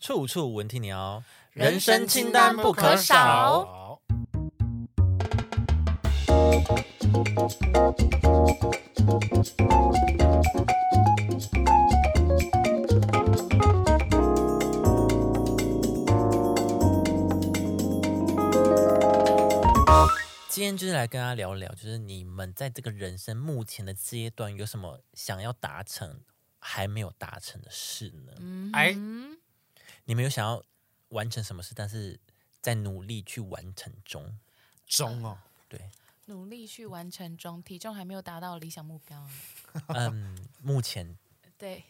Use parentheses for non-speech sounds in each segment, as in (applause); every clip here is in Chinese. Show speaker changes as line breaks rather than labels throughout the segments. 处处闻哦啼鸟，
人生清单不可少。
今天就是来跟大家聊聊，就是你们在这个人生目前的阶段有什么想要达成还没有达成的事呢？
哎，
你们有想要完成什么事，但是在努力去完成中？
中
啊
哦，
对，
努力去完成中，体重还没有达到理想目标。
嗯，目前
(laughs) 对，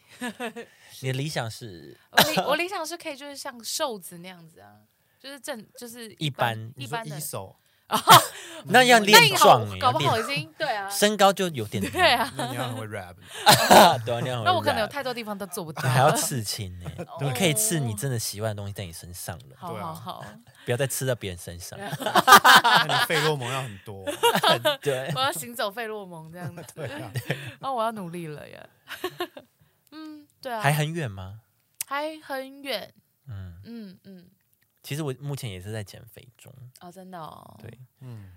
你的理想是
我理我理想是可以就是像瘦子那样子啊，就是正就是
一般
一般
你说
的
一，
(laughs)
手，
那要
那
练
你好
壮，欸，
搞不好
要
已
练 (laughs)
经对啊，
身高就有点
(laughs) 对啊，
那你要很会 rap，
难， (laughs) 对啊，那样
那我可能有
会
太多地方都
(laughs)
做不到
懒。还要刺青呢、
对
你可以刺你真的喜欢的东西在你身上了，
好
对
好
啊
(laughs)
好，
不要再刺到别人身
(laughs)
上。
那你费洛蒙要很多。
对
我，要行走费洛蒙这样子。
对啊，
哦，我要努力了呀。 (laughs) 嗯，对啊，
还很远吗？
还很远。
嗯，
嗯嗯，
其实我目前也是在减肥中，
哦，真的哦。 (laughs)
对，
嗯，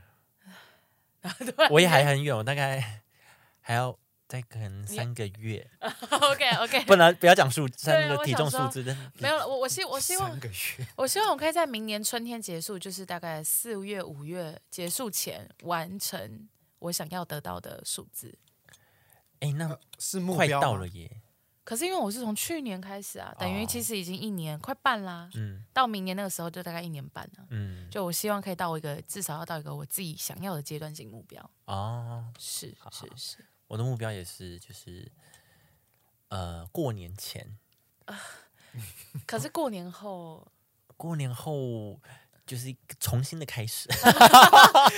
对，
我也还很远，我大概 (laughs) 还要再可能
你
三个月，
OK OK 。
不能不要讲数，三
对啊
个
我
体
想
重
说
数字，但
没有了，我我希我希望
三个月，
我希望我可以在明年春天结束，就是大概四月、五月结束前完成我想要得到的数字。
哎、那
是目
快
标吗
到了耶，
可是因为我是从去年开始啊，等于
哦
其实已经一年、快半啦，
嗯
到明年那个时候就大概一年半了。
嗯，
就我希望可以到一个至少要到一个我自己想要的阶段性目标。
哦，
是是是，
我的目标也是就是，呃，过年前，
可是过年
(laughs)
后
过年后就是一个重新的开
(laughs)
始，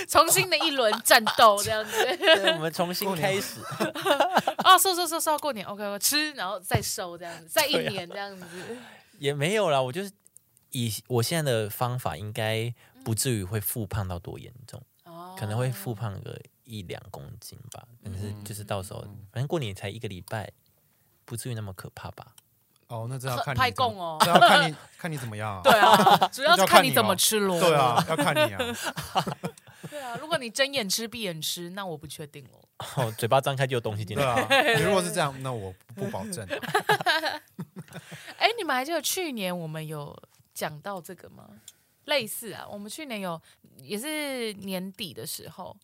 重新的一轮战斗这样子。 (laughs)
对我们重新
过年
开始，
哦，瘦瘦瘦瘦，过年 OK，我吃然后再瘦这样子，再一
啊
年这样子。
也没有啦，我就是以我现在的方法，应该不至于会复胖到多严重，
哦，
可能会复胖个一两公斤吧。但是就是到时候，反正过年才一个礼拜，不至于那么可怕
(laughs)
吧？
哦，那这要看你
拍
怎么
供哦
这要看你看你怎么样啊。
(laughs) 对
(laughs)
啊，主要
要
是
看
看你
你
怎
哦
么吃咯。
对啊，要看你啊。
对啊，如果你睁眼吃闭眼吃，那我不确定喽。
哦，嘴巴张开就有东西进
对
来。
(laughs)
啊，你如果是这样，那我不保证。啊
哎，你们还记得去年我们有讲到这个吗？类似啊，我们去年有也是年底的时候，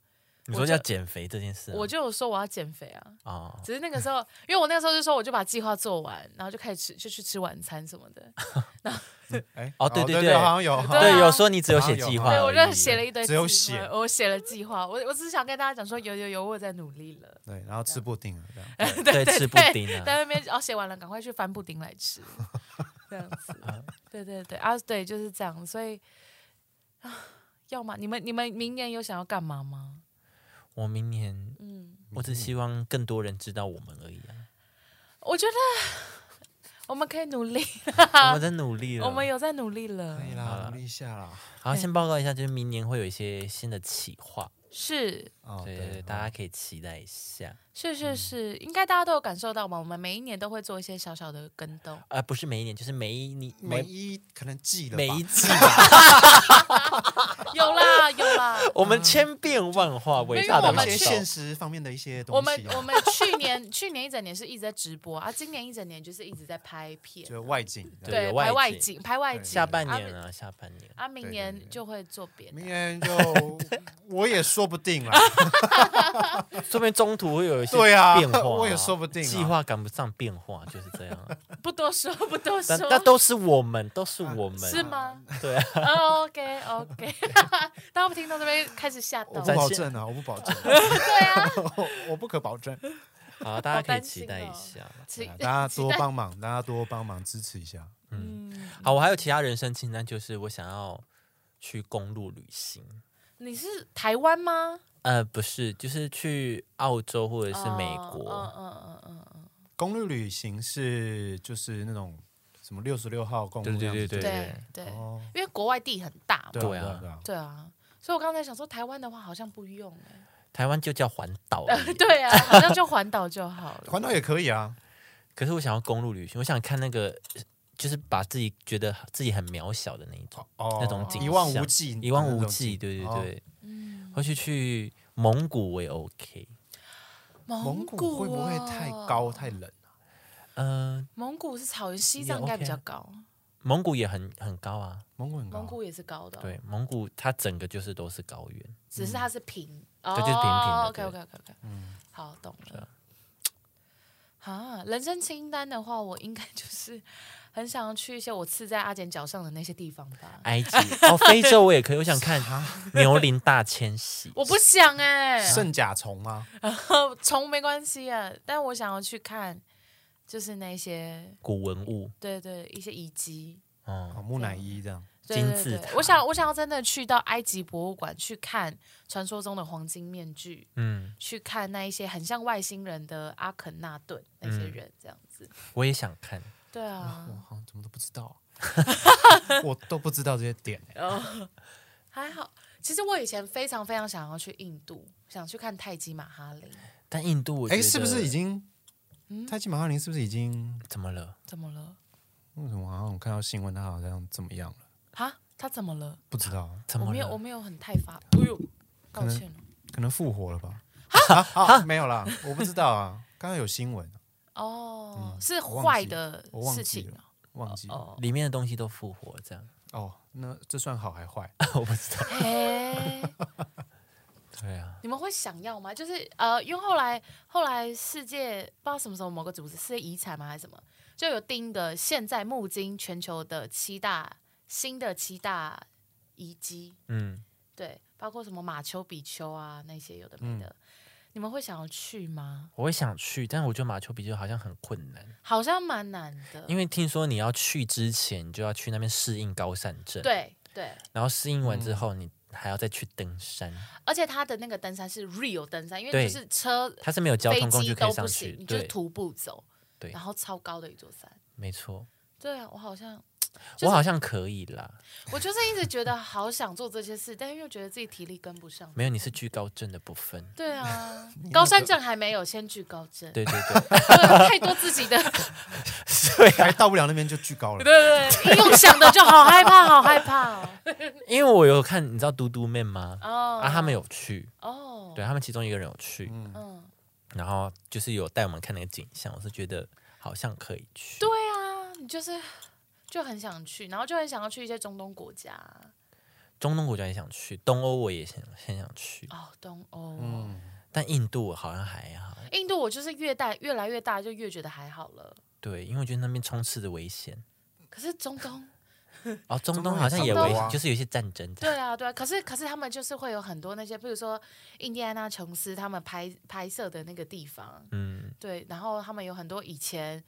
你
我
说
就
要减肥这件事啊，
我就有说我要减肥啊。
哦，
只是那个时候，因为我那个时候就说我就把计划做完，然后就开始吃，就去吃晚餐什么的。
哎，
哦对对
对
对
好像有，
对啊
对，有说你只有写
啊有
计
啊
划而已，
对，我就写了一堆计
只
划，
有写
我写了计划。我我只是想跟大家讲说，有有有，我有在努力了。
对，然后吃布丁了这样。
哎
对吃布丁啊
在那边然后写完了，赶快去翻布丁来
(laughs)
吃，这样子。对对对啊，对，就是这样。所以啊要吗？你们你们明年有想要干嘛吗？
我明年，
嗯，
我只希望更多人知道我们而已啊。
我觉得我们可以努力，
我们在努力了，
我们有在努力了
啊可。以啦，努力一下啦。
好，先报告一下，就是明年会有一些新的企划，
是
哦，
对对对，大家可以期待一下。
是
嗯
是是，应该大家都有感受到吧？我们每一年都会做一些小小的跟
(laughs)
动。
呃，不是每一年，就是每一年
每一可能记了吧
每一季吧，
有啦有啦，
我们千变万化，伟
因为
大的老
有
我们
一些
去
现
手。
实方面的一些东
我们
西，啊
我们去年 (laughs) 去年一整年是一直在直播啊，今年一整年就是一直在拍片，
就外景。
对
对，
有
拍
外
外
景
景，拍外景。
下半年啊，下半年
啊，明
对对
年
对
就会做别
明
的。
天就
(laughs)
我也说不定啦，
说不定中途会有一些
对啊
变化啊，
我也说不定啊
计划赶不上变化就是这样啊。
不多说，不多 (laughs) 说
但，但都是我们，都是我们，
是？吗
(laughs) 对啊，
？OK
(laughs)
OK，大家不听到这边开始吓
我
到
不
在
保啊
线
(laughs) 证啊，我不保证，
(laughs) 对啊，
我我不可保证。
好，
(laughs)
大家可以
担
期
心
待一
哦
下。
期
大家多帮忙，大家多帮忙支持一下。
嗯，
好，我还有其他人生清单，就是我想要去公路旅行。
你是台湾吗？
呃，不是，就是去澳洲或者是美
哦
国。
嗯嗯嗯嗯
公路旅行是就是那种什么六十六号公路
对
那样子，
对
嗯，
对
对对，
哦，
因为国外地很大嘛。
对
对
啊
啊
对啊，
对啊，所以我刚才想说，台湾的话好像不用哎、
台湾就叫环
(laughs)
岛而已。
对啊，好像就环岛就好了。
环岛也可以啊，
可是我想要公路旅行，我想看那个，就是把自己觉得自己很渺小的那一种，
哦，
那种景
一望
象
无际，
一望无际。对对
哦
对，
嗯
或是去蒙古我也 OK。
蒙古会不会太高
哦？
太冷？啊
嗯，
蒙古是草原，西
也
藏应该
OK
比较
啊
高，
蒙古也很很高啊。
蒙古很高，
蒙古也是高的哦、
对，蒙古它整个就是都是高原。
只是它是平，
对就是平平的
OK
对
OK OK OK，好懂了。啊，人生清单的话，我应该就是很想要去一些我刺在阿简脚上的那些地方吧。
埃及哦，非洲我也可以，我想
(laughs)
看牛羚大迁徙。
啊我不想哎、
圣甲虫啊，
虫没关系啊，但我想要去看，就是那些
古文物，
对对一些遗迹。
哦，
哦木乃伊这样。
对对
金字
对
塔，
我想我想要真的去到埃及博物馆去看传说中的黄金面具，
嗯，
去看那一些很像外星人的阿肯纳顿那些人这样子。
我也想看。
对啊，
我好像怎么都不知
(laughs)
道，我都不知道这些点欸。
还好。其实我以前非常非常想要去印度，想去看泰姬玛哈陵。
但印度，我觉
哎，
得
是不是已经？
嗯
泰姬玛哈林是不是已经？
怎么了？
怎么了？
为什么好像我看到新闻，他好像怎么样了？
哈，他怎么了？
不知道，
怎
我
么
没有，我
了？
没有很太发。哎呦，抱歉了。
可能复活了吧？啊啊，没有啦，我不知道啊。刚刚有新闻，
哦，是
嗯我忘
坏
记
的
我忘
事
记
情
了忘记了
哦。
里面的东西都复活，这样 (laughs)
哦。那这算好还
(laughs)
坏？
我不知道。
嘿，
对啊，
你们会想要吗？就是呃，因为后来后来世界不知道什么时候某个组织世界遗产吗还是什么，就有定一个现在目今全球的七大新的七大遗迹，
嗯，
对，包括什么马丘比丘啊那些有的没的，
嗯
你们会想要去吗？
我会想去，但我觉得马丘比丘好像很困难，
好像蛮难的，
因为听说你要去之前，你就要去那边适应高山症，，
对嗯对，
然后适应完之后，你还要再去登山，
而且它的那个登山是 real 登山，因为
对
就是车、
它是没有交
飞
通工具
机
可以
都
上
不
去
行，，你就是
对，
徒步走，
对
然后超高的一座山。
没错，
对啊，我好像就是
我好像可以啦。
我就是一直觉得好想做这些事，但又觉得自己体力跟不上。
没有，你是惧高症的部分，
对啊，
(laughs)
高山症还没有，先惧高症。
对对对， (laughs)
对，啊太多自己的，
对啊
还哎到不了那边就巨高了
对。对对，用想的就好害怕，好害怕哦。
因为我有看，你知道嘟嘟妹吗？(laughs)
哦
啊，他们有去，
哦，
对他们啊其中一个人有去，
嗯，
然后就是有带我们看那个景象，我是觉得好像可以去。
对啊，你就是就很想去，然后就很想要去一些中东国家，
中东国家也想去，东欧我也想很想去，
哦，东欧。
嗯
但印度我好像还好，
印度，我就是越大越来越大，就越觉得还好了。
对，因为我觉得那边充斥着危险。
可是中东，
哦，中
中
东
东
好像
也
也
差不
危
多
险，
啊
就是有一些战争这样。
对啊，对啊。可是可是他们就是会有很多那些，比如说印第安纳琼斯他们拍拍摄的那个地方，
嗯，
对，然后他们有很多以前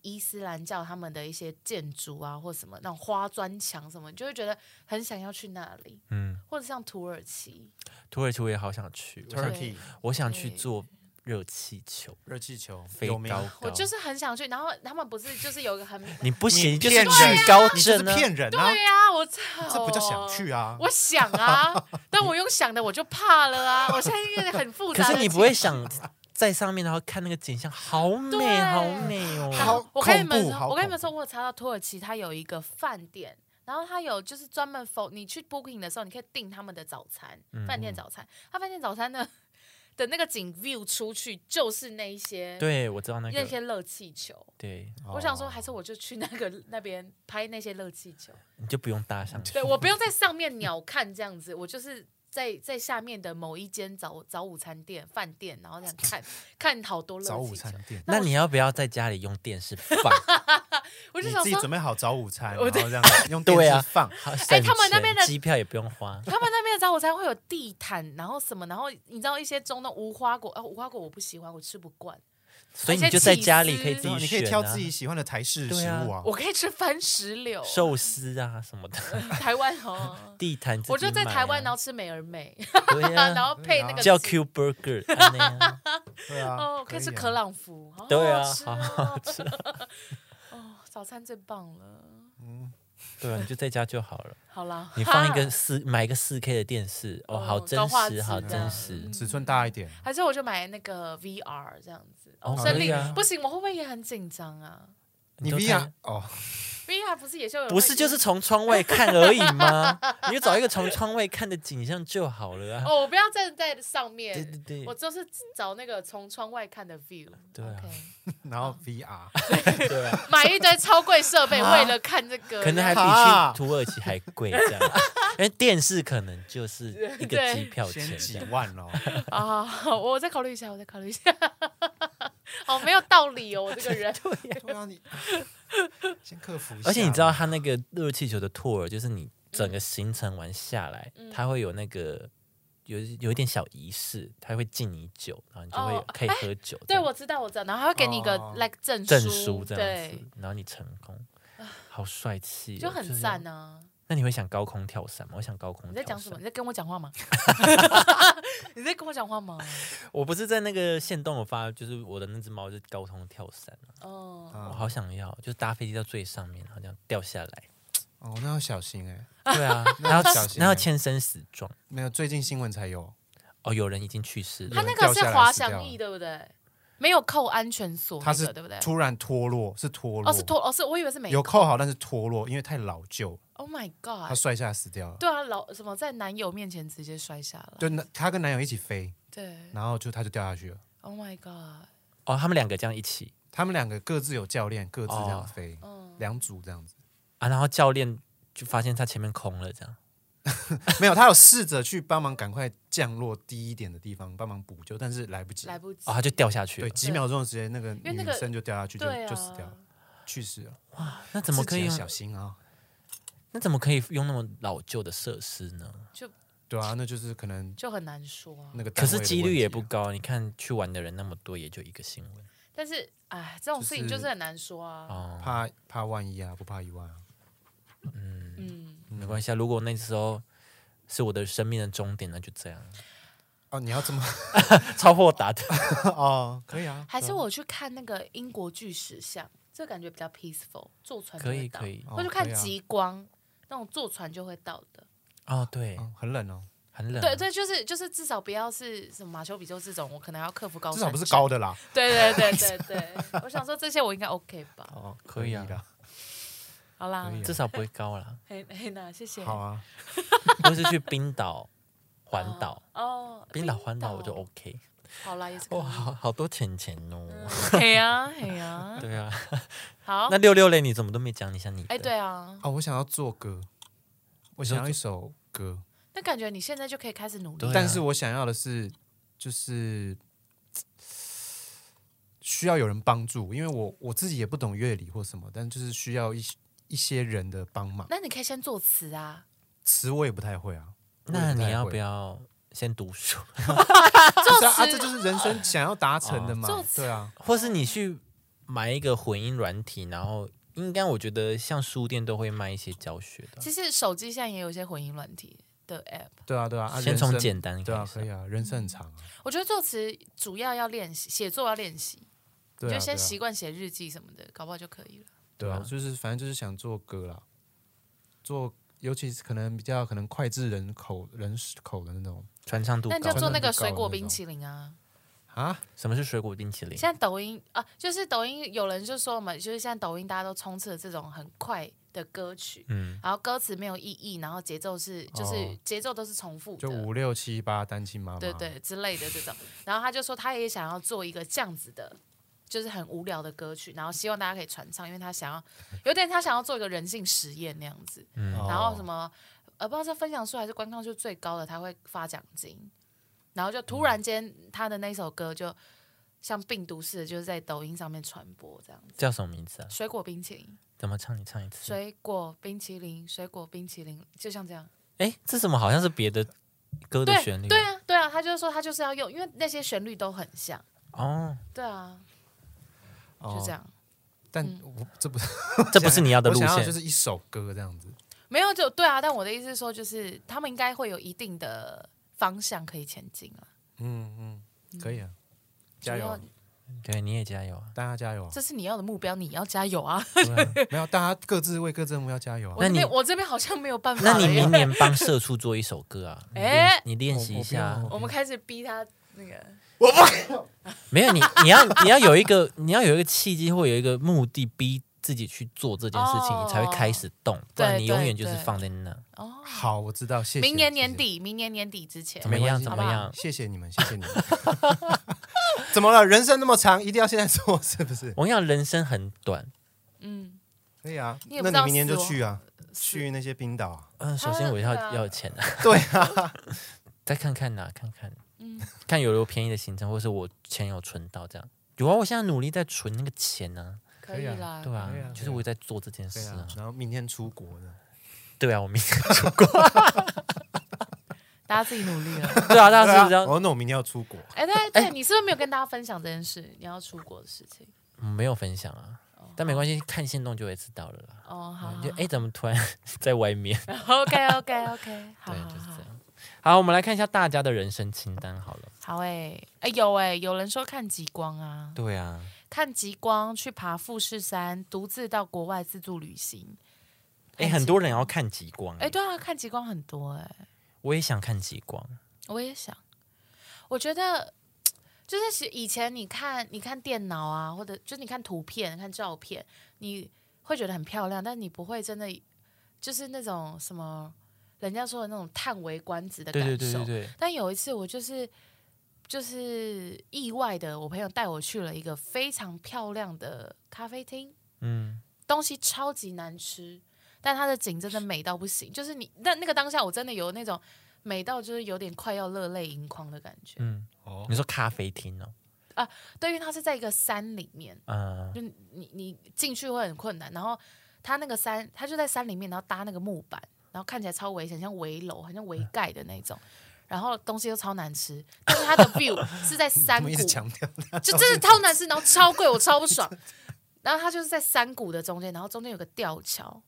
伊斯兰教他们的一些建筑啊，或什么那种花砖墙什么，你就会觉得很想要去那里，
嗯，
或者像土耳其，
土耳其我也好想去，我想
Turkey
我想去
对
坐热气球，
热气球
飞
有
高
名，啊
高。
我就是很想去。然后他们不是就是有一个很
你不行，
你
就是
骗人
啊
惧高
你这是
症呢。
骗人啊！
对呀、我操，
这不叫想去啊！
我想啊，但我用想的我就怕了啊！我现在一个很复
可
杂的
是
情绪。
你不会想在上面，然后看那个景象，好美，
对
好美哦。
好
我跟你们
恐怖好
说，我跟你
恐
们
怖
说，我有查到土耳其它有一个饭店，然后它有就是专门否你去 Booking 的时候，你可以订他们的早餐，
嗯
饭店早餐。它饭店早餐呢的那个景 view 出去就是那一些
对，我知道那
那
个。
些热气球。
对，
我想说，
哦
还是我就去那个那边拍那些热气球。
你就不用搭上
(laughs)
去。
对我不用在上面鸟看这样子，我就是在在下面的某一间早早午餐店饭店，然后这样看看好多热
早午
气球
餐。店，
那你要不要在家里用电视
(laughs)
放？
我就
你
想
自己
说，
准备好早午餐，然
我
后
对
这样
(laughs)
子用
对
电
啊
视放。
好省
哎他们那
钱
边的
机票也不用花。
他们那边的早午餐会有呃
哦
地毯，然后什么，然后你知道一些中东无花果，啊，无花果我不喜欢，我吃不惯，
所以
一些
你就在
起
家里
司
可以自己选、
对啊
啊，
你可以挑自己喜欢的台式食
对啊
物啊。
我可以吃番石榴，
寿司啊什
(laughs)
么的，。
台湾哦
地 (laughs) 毯自己买啊、
我就在台湾，然后 (laughs) 吃美而
(laughs)
美，
对啊
然后配那个
叫
鸡
Q Burger，安内
(laughs)
啊
对啊，
哦，可以吃可
啊。
朗福，好
对啊
好吃
好 (laughs) 啊
哦 (laughs) 哦，早餐最棒了。
对啊，你就在家就好了。
好啦，
你放一个
哈，
四，买一个四 K 的电视，哦，
哦
好真
高画质
实，
的
好真实
嗯。
尺寸大一点，
(laughs) 还是我就买那个 VR 这样子。哦，
哦
胜
可以
利
啊
不行，我会不会也很紧张啊
你
都
VR
看
哦，
？VR 不是也 (laughs) 是有人
不是
会
就是从窗外看而已
(laughs)
吗？你就找一个从窗外看的景象就好了啊。
哦，我不要站在上
对
面，
对
我
对，
就是找那个从窗外看的 view。
(laughs) 对啊
OK
然后 VR
对啊，
买一堆超贵设备，为了看这个，
可能还比
啊
去土耳其还贵这样，因为电视可能就是一个
对
机票钱
先
这
几
样。
万
(laughs)
哦，
啊，好我再考虑一下，我再考虑一下。 (laughs) 哦，没有道理哦，我这个
(laughs)
人。
对啊，
(laughs)
你先克服一下。
而且你知道，，它那个热气球的 tour，就是你整个行程完下来，
嗯
它会有那个有有一点小仪式，它会敬你酒，然后你就会
哦
可以喝酒这
对，
样。
我知道，我知道，然后还会给你一个
哦
like 证
证书这样
对啊
子，，然后你成功，好帅气哦，
就很
是
赞啊！
那你会想高空跳伞吗？我想高空跳伞。
你在讲什么？你在跟我讲
(laughs)
话吗？ (laughs) 你在跟我讲话吗？ (laughs)
我不是在那个线洞有发，就是我的那只猫就是高空跳伞啊、
哦，
我
啊
好想要，就是搭飞机到最上面，然后这样掉下
(laughs)
来。
哦，那要小心哎，
对啊，
那
然后
要小心
然后
欸
签生死状。
没有，最近新闻才有，
哦，有人已经去世
他
了。
那个是滑翔翼，
有人掉下来死掉了
对不对？没有扣安全锁那个，
它是
对不对？
突然脱落，是脱落，
哦，是脱，哦，是我以为是没
有扣好，但是脱落，因为太老旧，
Oh my
他
god！
摔下死掉了。
对啊，老什么在男友面前直接摔下了。
对，那她跟男友一起飞，
对
然后就她就掉下去了。
，Oh my god！
哦，他们两个这样一起
他们两个各自有教练，各自这
哦
样飞，
嗯，
两组这样子。
啊，然后教练就发现他前面空了，这样。
(laughs) 没有，他有试着去帮忙赶快降落低一点的地方，帮忙补救，但是来不及。
来不及
哦，，他就掉下去
对，
了。
几秒钟的时间，那个
为那
女
个
生就掉下去，就
对啊，
就死掉了，去世了。
那怎么可以
自己
用
要？小心啊？
那怎么可以用那么老旧的设施呢？
对啊，那就是可能
就很难说啊。
那个
可
单位的
是
问题啊。
几率也不高，你看去玩的人那么多，也就一个新闻
但是，哎，这种事情
就
就是是很难说啊。
哦。
怕怕万一啊，不怕一万啊。
嗯，
没关系啊，如果那时候是我的生命的终点，那就这样，
哦，你要这么
(laughs)
(laughs)
超豁达的。
哦，可以啊，
还是
对啊
我去看那个英国巨石像，这感觉比较 peaceful，坐船
(laughs)
就
可
会
以
到
可以
哦
或者看
可以啊
极光那种坐船就会到的。
哦，对，
哦很冷哦，
很冷。
对，对，就是就是，至少不要是什么马丘比丘这种，哦我可能还要克服高
至
山。
少不是。高的啦。
对对对对对，我想说这些我应该 OK 吧？
哦，
可以啊
的，
好啦
可，以啊
至少不会高啦。
黑黑娜，谢谢。
好啊，
(laughs) 或是去冰岛、环岛、
哦，
冰岛环岛我就 OK。
好啦，也是可以
(laughs)
嗯
哇，。好好多钱钱哦。
嘿呀嘿
(laughs)
呀，
对啊，
好
那，六六嘞，你怎么都没讲一下你的？
哎，对啊，
哦，我想要做歌，我想要
你
一首歌，
那感觉你现在就可以开始努
对
力
啊。
但是我想要的是，就是需要有人帮助，因为我我自己也不懂乐理或什么，但就是需要一些一些人的帮忙。
那你可以先作词啊，
词我也不太会啊，
那你要不
要？
要先读书，
就是啊，啊这就是人生想要达成的嘛
作，词
对啊，
(laughs) 或是你去买一个混音软体，然后应该我觉得像书店都会卖一些教学的，
其实手机现在也有一些混音软体的 app，
对啊，对啊，啊
先从
人生
简单
对
开
啊，
始
可。以啊，人生很长啊，
我觉得作词主要要练习，写作要练习，你
对
就
啊，
先
对啊
习惯写日记什么的，搞不好就可以了。
对啊
对，啊
就是反正就是想做歌啦，做尤其是可能比较可能脍炙人口人口的那种
传唱度
那
高
你就
的。
做那
真的
个
很高的
水果
那种
冰淇淋啊！
啊，
什么是水果冰淇淋？
现在抖音啊，就是抖音有人就说嘛，就是现在抖音大家都充斥着这种很快的歌曲，
嗯，
然后歌词没有意义，然后节奏是就是
哦
节奏都是重复
就
的，
五六七八单亲妈妈，
对，对之类的这种。然后他就说他也想要做一个这样子的。就是很无聊的歌曲，然后希望大家可以传唱，因为他想要，有点他想要做一个人性实验那样子。
嗯
然后什
么
么呃，不知道是分享数还是观看数最高的，他会发奖金。然后就突然间，他的那首歌就像病毒似的，就是在抖音上面传播这样子。
叫什么名字啊？
水果冰淇淋，
怎么唱？你唱一次。
水果冰淇淋，水果冰淇淋，就像这样。
哎，这怎么好像是别的歌的旋律
对
啊？
对啊，对啊，他就是说他就是要用，因为那些旋律都很像。
哦，
对啊，就
哦
这样。
但
嗯
我这不是
这不是你要的
我
路
想要
线，
就是一首歌这样子。
没有就对啊，但我的意思是说，就是他们应该会有一定的方向可以前进啊。
嗯嗯，可以啊，加油啊
主，
对，你也加油
(laughs)
啊！
大家加油
(laughs)
啊！
这是你要的目标，你要加油啊！
对啊
没有，大家各自为各自的目标加油
我
那
啊。
这
你
边我这边好像没有办法了
那你
耶
明年帮社畜做一首歌啊？你练
哎
你练习一下啊。
我
(laughs) 我们开始逼他那个，
没有你，你要你要有一个你要有一个契机或有一个目的，逼自己去做这件事情，
哦
你才会开始动，不然
对
你
对
永远就是
对
放在那。
好，我知道，谢谢。
哦明年年
谢谢
底，明年年底之前
怎，么样？
没关系
怎么样？
谢谢你们，谢谢你们。 (laughs) 怎么了？人生那么长，一定要现在做是不是？
我跟你讲，人生很短。
嗯，
可以啊，
你也
那
不知道
你明年就
死亡
去啊，去那些冰岛啊。
嗯，首先我要
对啊
要有钱
(laughs)
啊，
对啊，
(laughs) 再看看呐、看看，
嗯
看有没有便宜的行程，或是我钱有存到这样。有啊，我现在努力在存那个钱呢、
可以
可以
啦，
对啊
对啊，
就是我在做这件
对
事
啊
啊。。
然后明天出国的，
对啊，我
(laughs)
明天
大家自己努
(laughs)
力了。
对啊，大
对
家是不是
啊，
要？
哦，那我明天要出国。
哎，对对，你是不是没有跟大家分享这件事？你要出国的事情？
嗯没有分享啊，但没关系，看行动就会知道了啦。
哦，好
嗯就哎，怎么突然 (laughs) 在外面？ (laughs)
，OK OK OK，好
对，
好
就是
好
这，样。好，我们来看一下大家的人生清单好了。
好哎哎有哎，有人说看极光啊，
对啊，
看极光，去爬富士山，独自到国外自助旅行。
哎，
看
很
极
多人要看极光，
哎、
哎，
对啊，看极光很多哎、
我也想看极光。
我也想。我觉得就是是以前你看你看电脑啊，或者就是你看图片、看照片，你会觉得很漂亮，但你不会真的就是那种什么人家说的那种叹为观止的感
对
受。
对对对对，
但有一次我就是就是意外的，我朋友带我去了一个非常漂亮的咖啡厅，
嗯，
东西超级难吃，但它的景真的美到不行。就是你，但那个当下我真的有那种美到就是有点快要热泪盈眶的感觉。
嗯
哦
你，说咖啡厅哦，
对，因为它是在一个山里面，
嗯，
就你你进去会很困难。然后它那个山，它就在山里面，然后搭那个木板，然后看起来超危险，像围楼，好像围
嗯
盖的那种。然后东西又超难吃，但是它的 view (laughs) 是在山
我
谷
们一，直强调它
就真的超难吃，然后超贵，
(laughs)
我超不爽。然后它就是在山谷的中间，然后中间有个吊桥，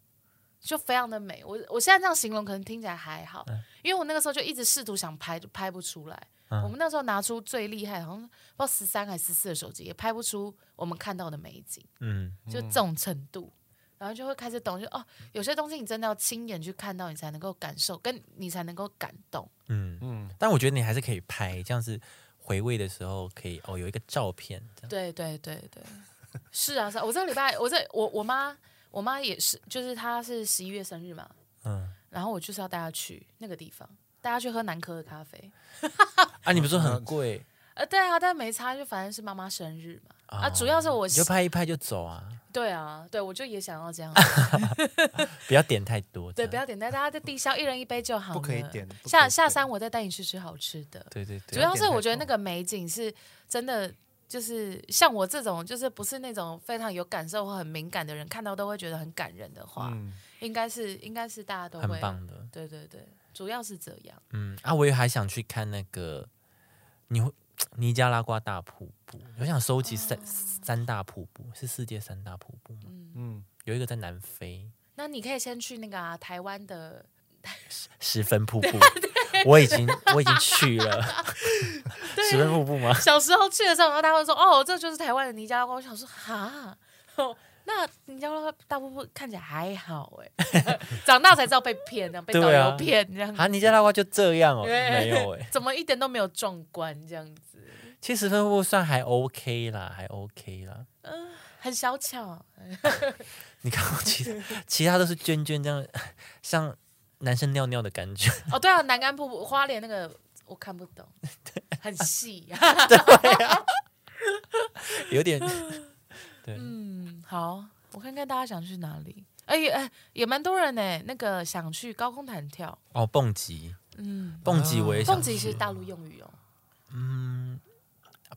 就非常的美。我我现在这样形容可能听起来还好，
嗯
因为我那个时候就一直试图想拍，就拍不出来。
嗯
我们那时候拿出最厉害，好像不知道十三还是十四的手机，也拍不出我们看到的美景，
嗯，
就这种程度。然后就会开始懂，就哦，有些东西你真的要亲眼去看到，你才能够感受，跟你才能够感动。
嗯
嗯
但我觉得你还是可以拍，这样子回味的时候可以哦，有一个照片这样。
对对对对，是啊是啊，我这个礼拜我这我我妈我妈也是，就是她是十一月生日嘛，
嗯，
然后我就是要带她去那个地方，带她去喝南科的咖啡。
啊，你不是说很贵
呃，对啊，但没差，就反正是妈妈生日嘛。啊，
哦
主要是我
你就拍一拍就走啊，
对啊，对我就也想要这
(laughs)
样，
不要点太多。
对，
这
不
样
要点单，大家在地消一人一杯就好了。
不可以点不可以
下下
点
山我再带你去吃好吃的。
对对
主
对，
要是
点太
我觉得那个美景是真的，就是像我这种，就是不是那种非常有感受或很敏感的人，看到都会觉得很感人的话，
嗯，
应该是应该是大家都会。
很棒的。
对对对，主要是这样。
嗯，啊，我也还想去看那个，你会尼加拉瓜大瀑布，我想收集
哦
三、三大瀑布，是世界三大瀑布吗？嗯
嗯，
有一个在南非
那你可以先去那个、啊、台湾的，
十分
(laughs)
瀑布，我已经我已经去了十分瀑布吗？
小时候去的时候，然后大家会说：“哦，这就是台湾的尼加拉瓜。”我想说：“哈，哦那尼加拉瓜大瀑布看起来还好哎、 (laughs) 长大才知道被骗，这样被导
对啊
游骗这样。
啊，尼加拉瓜就这样哦，
对
没有哎、
怎么一点都没有壮观这样子，
其实十分瀑布算还 OK 啦，还 OK 啦。 (laughs)
很小巧。
你看我其
(laughs)
他其他都是涓涓这样， (laughs) 像男生尿尿的感觉， (laughs)
哦，对啊，南安瀑布、花莲那个我看不
(laughs)
懂，很细、
有
(laughs)
点对。
嗯，好，我看看大家想去哪里。哎、也哎也蛮多人呢、那个想去高空弹跳，
哦，蹦极，
嗯，
蹦极我也想
蹦极
嗯
去
是大陆用语哦。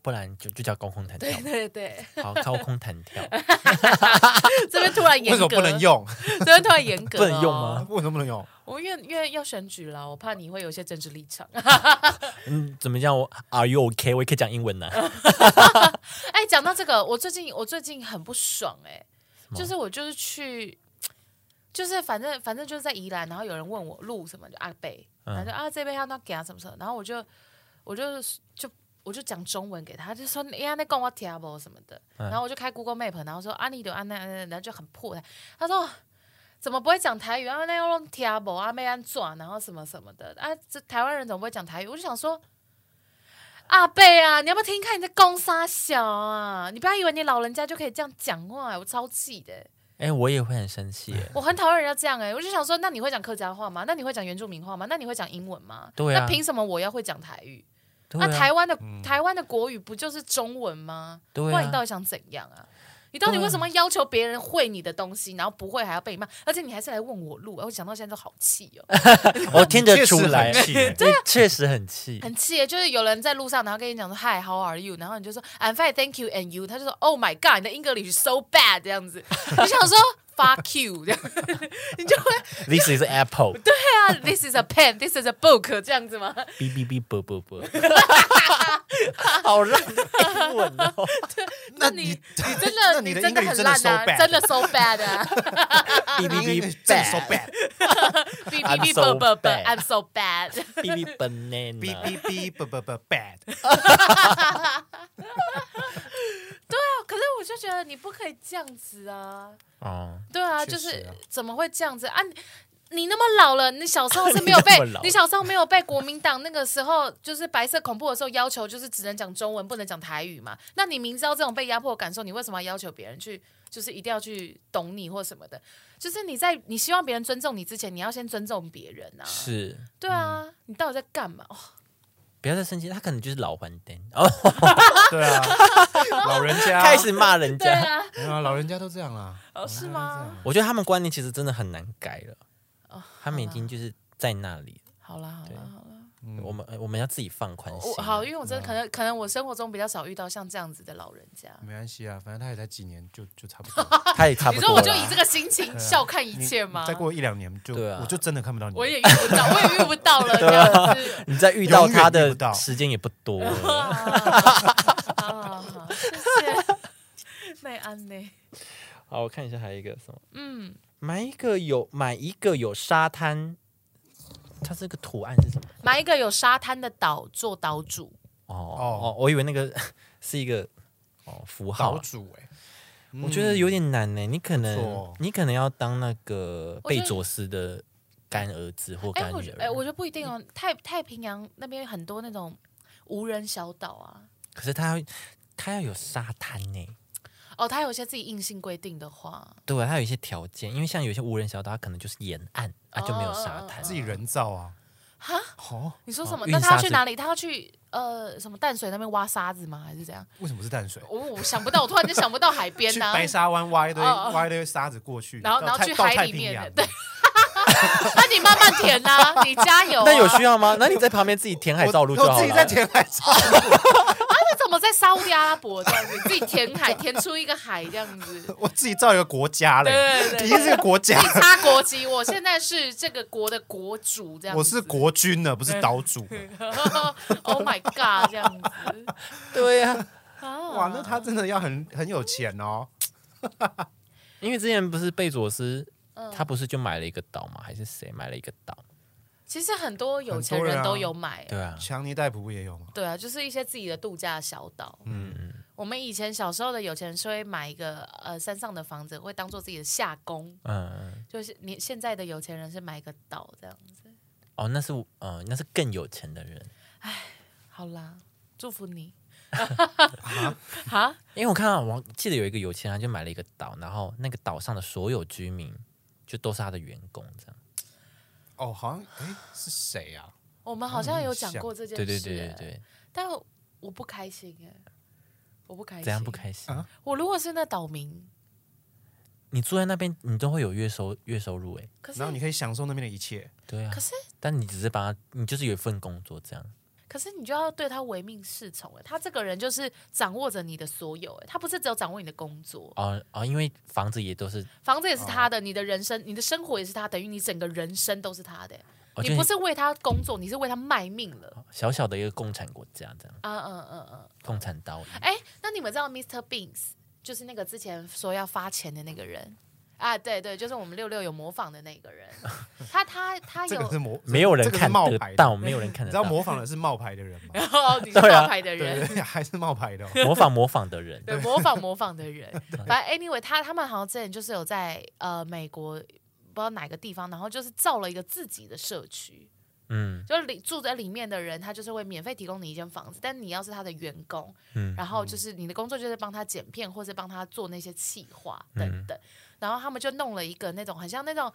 不然就就叫高空弹跳
对。对对，
好，高空弹跳 (laughs)
这边突然
为
严
什
格，
么不能？用？ (laughs)
这边突然严格、哦
不能用吗？
为什么不能用？
我因为因为要选举了，我怕你会有一些政治立场。
嗯，怎么样？我 Are you OK？我也可以讲英文呢、
(laughs) 哎，讲到这个，我最近我最近很不爽哎、
么
就是我就是去，就是反正反正就是在宜兰，然后有人问我路什么，就阿贝，
嗯
然后就啊这边要那给他什么什么，然后我就我就就我就讲中文给他，他就说哎呀那跟我听不什么的，
嗯
然后我就开 Google Map，然后说啊你的啊那，那然后就很破，他说。怎么不会讲台语啊？那用听不啊？没安转，然后什么什么的啊？这台湾人怎么不会讲台语？我就想说，阿贝啊，你要不要听看你在公沙小啊？你不要以为你老人家就可以这样讲话、我超气的、
哎、我也会很生气
(laughs)
耶。
我很讨厌人家这样哎、我就想说，那你会讲客家话吗？那你会讲原住民话吗？那你会讲英文吗？
对啊
那凭什么我要会讲台语？
对
那
啊，
台湾的、台湾的国语不就是中文吗？
对啊啊
不然你到底想怎样啊？你到底为什么要求别人会你的东西，然后不会还要被骂？而且你还是来问我路，哎我想到现在都好气哦、
我听得出
(laughs)
来，
确实很气
对，确实很气。
啊很气耶，就是有人在路上，然后跟你讲说 Hi，How are you？然后你就说 I'm fine, thank you and you，他就说 Oh my God，你的 English is so bad 这样子，你想说 Fuck you 这样， (laughs) 你就会
This is Apple，
对啊，This is a pen, this is a book 这样子吗？
哔哔哔，啵啵
(laughs)
啵，好烂的英文哦。
那你你真的
(laughs) 那
你
你的
真的
English
很
真的
烂
so
啊，
bad
真的 so bad
(laughs)
啊
哔哔
真
哔
的 so
，bad，
bad，
，B B
I'm
B
so
b b b
bad
I'm so bad，
哔
(laughs)
哔
哔
banana，
哔哔不不不 bad，
哦可是我就觉得你不可以这样子啊，
哦，
对啊，
确
就
实
是
啊
怎么会这样子啊？你你那么老了，你小时候是没有被
(laughs) 你那么老
你小时候没有被国民党那个时候就是白色恐怖的时候要求，就是只能讲中文，不能讲台语嘛？那你明知道这种被压迫的感受，你为什么要要求别人去，就是一定要去懂你或什么的？就是你在你希望别人尊重你之前，你要先尊重别人啊。，
是，嗯
对啊，你到底在干嘛？哦
不要再生气，他可能就是老还灯哦，
对啊，老人家
(laughs)
啊
开始骂人
啊对
家。
啊，
没有啊，老人家都这样啦。
哦是吗？
我觉得他们观念其实真的很难改了，
哦，
他们已经就是在那里了。
好啦好
对
啦好啦。
嗯
我们我们要自己放宽心
嗯我。好，因为我真的可能可能我生活中比较少遇到像这样子的老人家。
没关系啊，反正他也才几年，就就差不
(laughs)
多。啊
他也差
你
不
说
多
我就
了
以这个心
(laughs) 啊
情笑看一切吗？
你再过一两年就，
对啊
我就真的看不到你。
我也遇不到，我也遇不到了，这样子。
你再遇到他
永远
的
遇不到
时间也不多了。
嗯啊，好谢谢。内安呢？
(laughs) 好，我看一下还有一个什么，
嗯，
买一个有买一个有沙滩，它这个图案是什么？
买一个有沙滩的岛做岛主，
哦
哦
哦，我以为那个 (laughs) 是一个哦符号
岛
啊，
主哎，
我觉得有点难欸呢。你可
不
能、
错哦
你可能要当那个
我觉
贝
得
佐斯的干儿子或
哎、
干
我
女
觉
儿，
哎、我觉得不一定哦。太太平洋那边很多那种无人小岛啊，
可是他要他要有沙滩呢。
哦，它有一些自己硬性规定的话，
对啊，它有一些条件，因为像有一些无人小岛，它可能就是沿岸啊，就没有沙滩。
自己人造啊。
哈，
哦，
你说什么？
哦
那他要去
运沙子
哪里？他要去呃什么淡水那边挖沙子吗？还是怎样？
为什么是淡水？
我、我想不到，我突然间想不到海边
去
呐、
白沙湾挖一堆
哦哦
挖一堆沙子过去，
然后
到
然后
太
去
到
海
太
里
平
面
洋
对那你慢慢填呐、你加油、啊。
那有需要
(laughs)
吗？那你在旁边自己 (laughs) 填海造陆就
我
好
我
了。
自己在填海造 (laughs) 路，
那怎么在沙烏地阿拉伯这样子，自己填海填出一个海这样子？
我自己造一个国家嘞，
对对
已
对
经是个国家
自己。插国籍，我现在是这个国的国主这样子。
我是国君呢，不是岛主。
(laughs) ，Oh my God，这样子。
对呀、
啊
哇，那他真的要很很有钱哦。
因为之前不是贝佐斯，
嗯
他不是就买了一个岛吗？还是谁买了一个岛？
其实很多有钱人都有买、
对啊，
强尼戴普不也有吗？
对啊，就是一些自己的度假小岛。嗯，我们以前小时候的有钱人是会买一个呃山上的房子，会当做自己的下宫。
嗯，
就是你现在的有钱人是买一个岛这样子。
哦，那是嗯、呃那是更有钱的人，
好啦，祝福你。
啊
(laughs) 哈，
因为我看到我记得有一个有钱人他就买了一个岛，然后那个岛上的所有居民就都是他的员工，这样。
哦，好像哎是谁啊？
我们好像有讲过这件
嗯
事、
对对对对
哎
对，
但我不开心哎、我不开心。
怎样不？开心？
啊
我如果是那岛民，
你住在那边，你都会有月收月收入哎。
可是
然后你可以享受那边的一切。
对啊
可，是
但你只是把他，你就是有一份工作这样。
可是你就要对他唯命是从哎，他这个人就是掌握着你的所有哎，他不是只有掌握你的工作，
哦哦，因为房子也都是，
房子也是
哦
他的，你的人生、你的生活也是他，等于你整个人生都是他的欸。
哦、
你不是为他工作，你是为他卖命了。
小小的一个共产国家这样，
嗯嗯嗯嗯。
共产刀一样。
哎，那你们知道 Mr. Beans 就是那个之前说要发钱的那个人啊？对对，就是我们六六有模仿的那
(laughs)
个人。他他他
这个
(laughs)
是
有，
模，
没有人
这个是
看
冒
得
牌的
到，没有人看
你
得
知道
到。
模仿的是冒牌的人吗？
然后哦你是
对啊
冒牌的人。
对，还是冒牌的哦。
(laughs)
模仿模仿的人，
对，模仿模仿的
(laughs)
人。反正 anyway，他他们好像之前就是有在呃美国不知道哪个地方，然后就是造了一个自己的社区，
嗯
就是里住在里面的人，他就是会免费提供你一间房子，但你要是他的员工，
嗯
然后就是你的工作就是帮他剪片或是帮他做那些企划
嗯
等等，然后他们就弄了一个那种很像那种。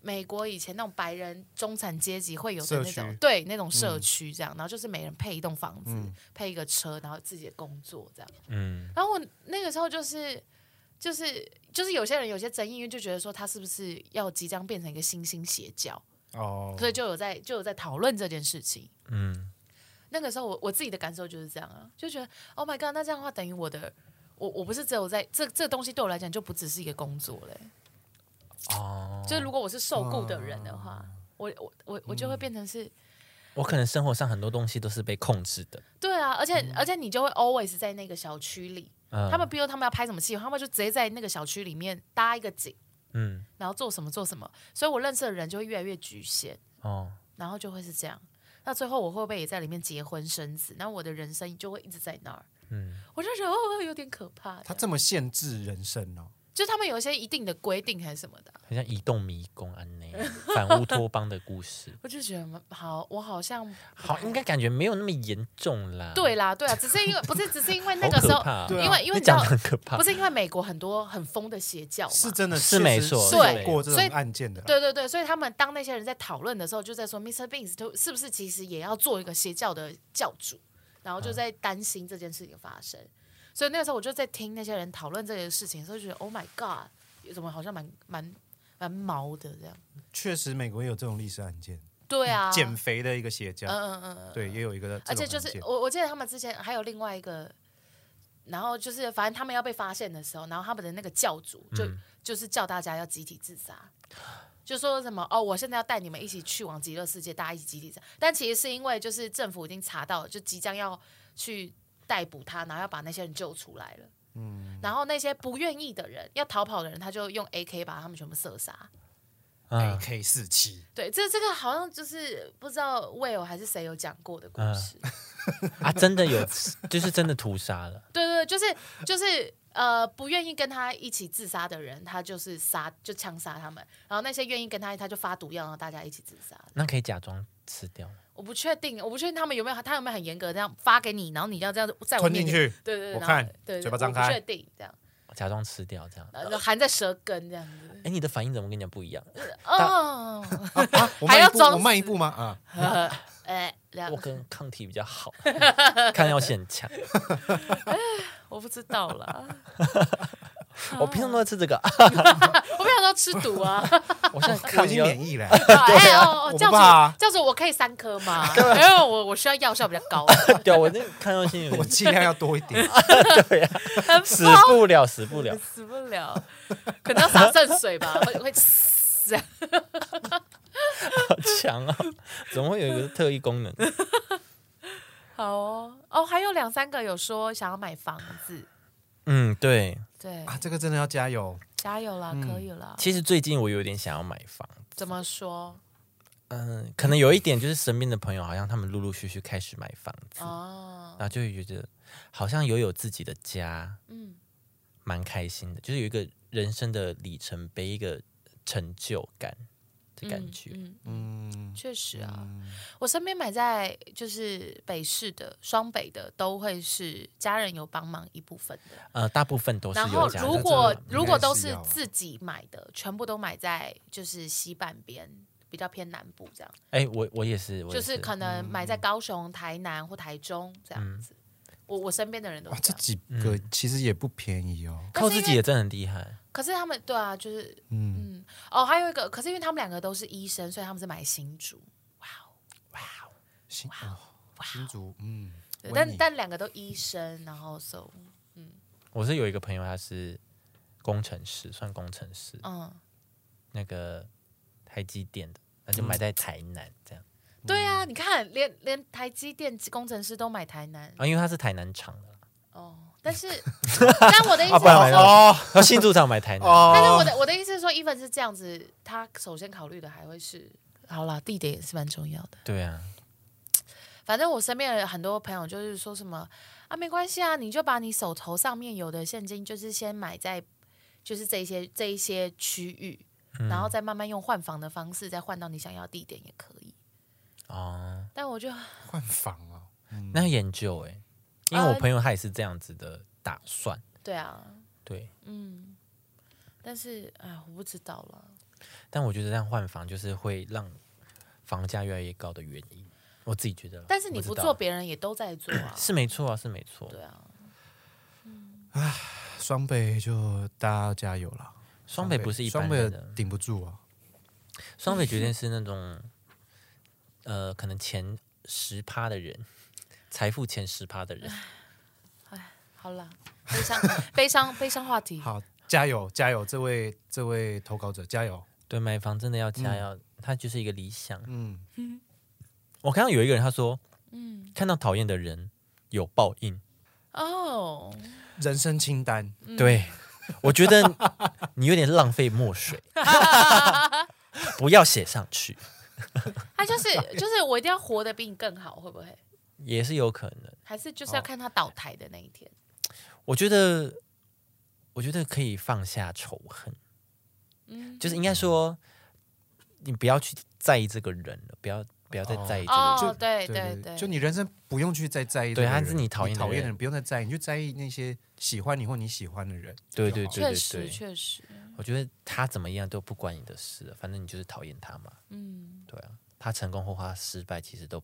美国以前那种白人中产阶级会有的那
社
种
区，
对那种社区这样，然后就是每人配一栋房子，
嗯
配一个车，然后自己的工作这样。
嗯，
然后我那个时候就是就是就是有些人有些争议，因为就觉得说他是不是要即将变成一个新兴邪教，
哦，
所以就有在就有在讨论这件事情。
嗯，
那个时候我我自己的感受就是这样啊，就觉得 Oh my God，那这样的话等于我的。我我不是只有在这这东西对我来讲就不只是一个工作嘞、
哦，
就是如果我是受雇的人的话，我我我我
嗯
就会变成是，
我可能生活上很多东西都是被控制的，
对啊，而且、而且你就会 always 在那个小区里，
嗯，
他们比如他们要拍什么戏，他们就直接在那个小区里面搭一个景，
嗯
然后做什么做什么，所以我认识的人就会越来越局限，
哦，
然后就会是这样。那最后我会不会也在里面结婚生子？那我的人生就会一直在那儿，
嗯
我就觉得哦有点可怕。
他
这样
这么限制人生哦，
就他们有一些一定的规定还是什么的啊，
很像移动迷宫安内 (laughs) 反乌托邦的故事，
(laughs) 我就觉得嗯好，我好
啊
像
好，应该感觉没有那么严重啦。
对，啦对啊，只是因为不是只
(laughs)
是因为那
好
个时
可
候，
怕哦，
对啊
因为因为
你
你知
讲
道
的很可怕，
不是因为美国很多很疯的邪教嘛，
是真的
哦是
确实
没错
是
对
有过这
所
种
以
案件的啦，
对对对，所以他们当那些人在讨论的时候，就在说 Mr. Beans 就是不是其实也要做一个邪教的教主，然后就在担心这件事情发生。所以那个时候我就在听那些人讨论这个事情，的时候就觉得 Oh my God，怎么好像蛮蛮蛮毛的这样？
确实美国也有这种历史案件，
对啊，
减肥的一个邪教，
嗯嗯嗯嗯，
对，也有一个这种
而
案件，
且就是我我记得他们之前还有另外一个，然后就是反正他们要被发现的时候，然后他们的那个教主就、
嗯
就是叫大家要集体自杀，就说什么哦，我现在要带你们一起去往极乐世界，大家一起集体自杀。但其实是因为就是政府已经查到了，就即将要去逮捕他，然后要把那些人救出来了。嗯，然后那些不愿意的人，要逃跑的人，他就用 AK 把他们全部射杀。哎
嗯
AK 四七，
对，这这个好像就是不知道 Will 还是谁有讲过的故
嗯
事。
啊，真的有，就是真的屠杀了，
对对，对就是就是呃，不愿意跟他一起自杀的人，他就是杀就枪杀他们，然后那些愿意跟他，他就发毒药，然后大家一起自杀。
那可以假装吃掉吗
我不确定，我不确定他们有没有他有没有很严格这样发给你，然后你要这样子在我
吞
面
进
前， (laughs)
去，
对对对，
我
然后
看
对对
嘴巴张
我不
开
确定这样，
假装吃掉这样。
然后含在舌根这样子，
哎，你的反应怎么跟人家不一样？
嗯哦，
啊我慢
还要
一步，
装
我慢一步吗？啊， (laughs)
呃，哎，这样
我跟抗体比较
(laughs)
好，抗药性很强。
我不知道啦，
(laughs)
我平常都在吃这
(laughs)
个，
我不想说吃
(laughs)
毒啊，
我现在
我
抗
已经
药
免疫
(laughs)
了，
哎哦
啊我
哦，
不
教主
怕啊
教主，我可以三颗吗？
(laughs)
因为我我需要药效比较高，
对啊，我那个抗药性有
(laughs) 我
点
剂量要多一点，
很
死
疯
不了，死不了。
死不了，可能要洒圣水吧，会会死。
好强啊！怎么会有一个特异功能？
好哦，哦，还有两三个有说想要买房子，
嗯，对，
对，
啊，这个真的要加油，
加油啦，
嗯
可以啦。
其实最近我有点想要买房，
怎么说？
嗯，可能有一点就是身边的朋友好像他们陆陆续续开始买房子，
哦，
然后就会觉得好像有有自己的家，
嗯
蛮开心的，就是有一个人生的里程碑，一个成就感的感觉。
嗯，嗯
嗯，
确实啊。
嗯
我身边买在就是北市的、双北的，都会是家人有帮忙一部分的。
呃，大部分都是
然
有
后
这样
如
的
果
这个
如果都
应
是
该是要
自己买的，全部都买在就是西半边，比较偏南部这样。
哎、我我也是，我
就
也
是
是嗯
可能买在高雄、台南或台中这样子。我我身边的人都
哇，
是
这
这样，
几
嗯
个其实也不便宜哦，
靠
可
自
是因
己
为
也真的很厉害。
可是他们对啊，就是
嗯，
嗯哦，还有一个，可是因为他们两个都是医生，所以他们是买新竹。哇哦，
行，哦新竹，嗯，
对
温
但
妮
但两个都医生，然后 so
我是有一个朋友，他是工程师，算工程师，
嗯，
那个台积电的，那就买
嗯
在台南这样。
对啊，
嗯
你看连连台积电工程师都买台南
啊，因为他是台南厂的啦，
哦，
(laughs)
但是但我的意思
啊
是
不然哦买
说。
到
哦
他新竹厂买台南，
但是我的我的意思是说，even 是这样子，他首先考虑的还会是，好啦，地点也是蛮重要的。
对啊，
反正我身边的很多朋友就是说什么啊，没关系啊，你就把你手头上面有的现金，就是先买在就是这一些这一些区域，
嗯
然后再慢慢用换房的方式再换到你想要的地点也可以。
哦，
但我就
换房啊，嗯
那要研究哎、因为我朋友他也是这样子的打算，
对啊，
对，
嗯，但是哎，我不知道了。
但我觉得这样换房就是会让房价越来越高的原因，我自己觉得啦。
但是你
知
不
道，
做，别人也都在做啊
是没错啊，是没错。
对啊，
双北就大家加油啦。
双北不是一
双
般
北
人的，
顶不住啊，
双北绝对是那种，呃，可能前十趴的人，财富前十趴的人，
好啦，悲伤悲伤悲伤话题，
好，加油加油，这位这位投稿者加油，
对，买房真的要加要，它就是一个理想。
嗯，
我看到有一个人他说，
嗯，
看到讨厌的人有报应， (laughs)
哦，
人生清单，
嗯
对，我觉得你有点浪费墨水，不要写上去，
他就是就是我一定要活得比你更好，会不会？
也是有可能。
还是就是要看他倒台的那一天？
我觉得，我觉得可以放下仇恨，
嗯，
就是应该说，你不要去在意这个人了，不要不要再在意这个人。
哦，对
对
对，
就你人生不用去再在意这
对
个人，
他是你讨厌的
讨厌
人
的人，不用再在意，你就在意那些喜欢你或你喜欢的人就
对
好了，
对对
确
对
实
对，
确实，
我觉得他怎么样都不关你的事了，反正你就是讨厌他嘛。
嗯，
对啊，他成功或他失败其实都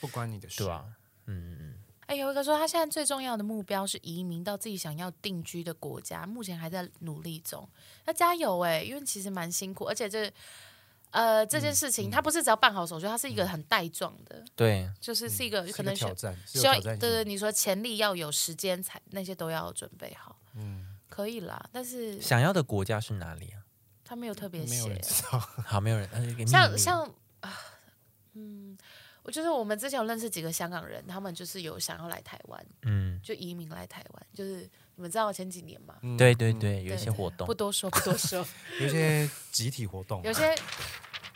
不关你的事，
对啊。嗯嗯
哎，有一个说他现在最重要的目标是移民到自己想要定居的国家，目前还在努力中，要加油哎，因为其实蛮辛苦，而且这呃这件
嗯
事情，他不是只要办好手续，他是一个很带状的，
嗯，对，
就是是一个
是
可
个
能需
挑战，是有
需要
挑战
对
性的，
对，你说潜力要有时间才那些都要准备好，嗯，可以啦，但是
想要的国家是哪里啊？
他没有特别
没有
写
人，知道，
好，没有人，呃一个秘
像
密
像啊，嗯，我就是我们之前有认识几个香港人，他们就是有想要来台湾，
嗯，
就移民来台湾，就是你们知道前几年嘛，
嗯
对对，对，有一
对
些
对
活动
不，多说不多
(laughs)
说，
有一些集体活动啊，
有些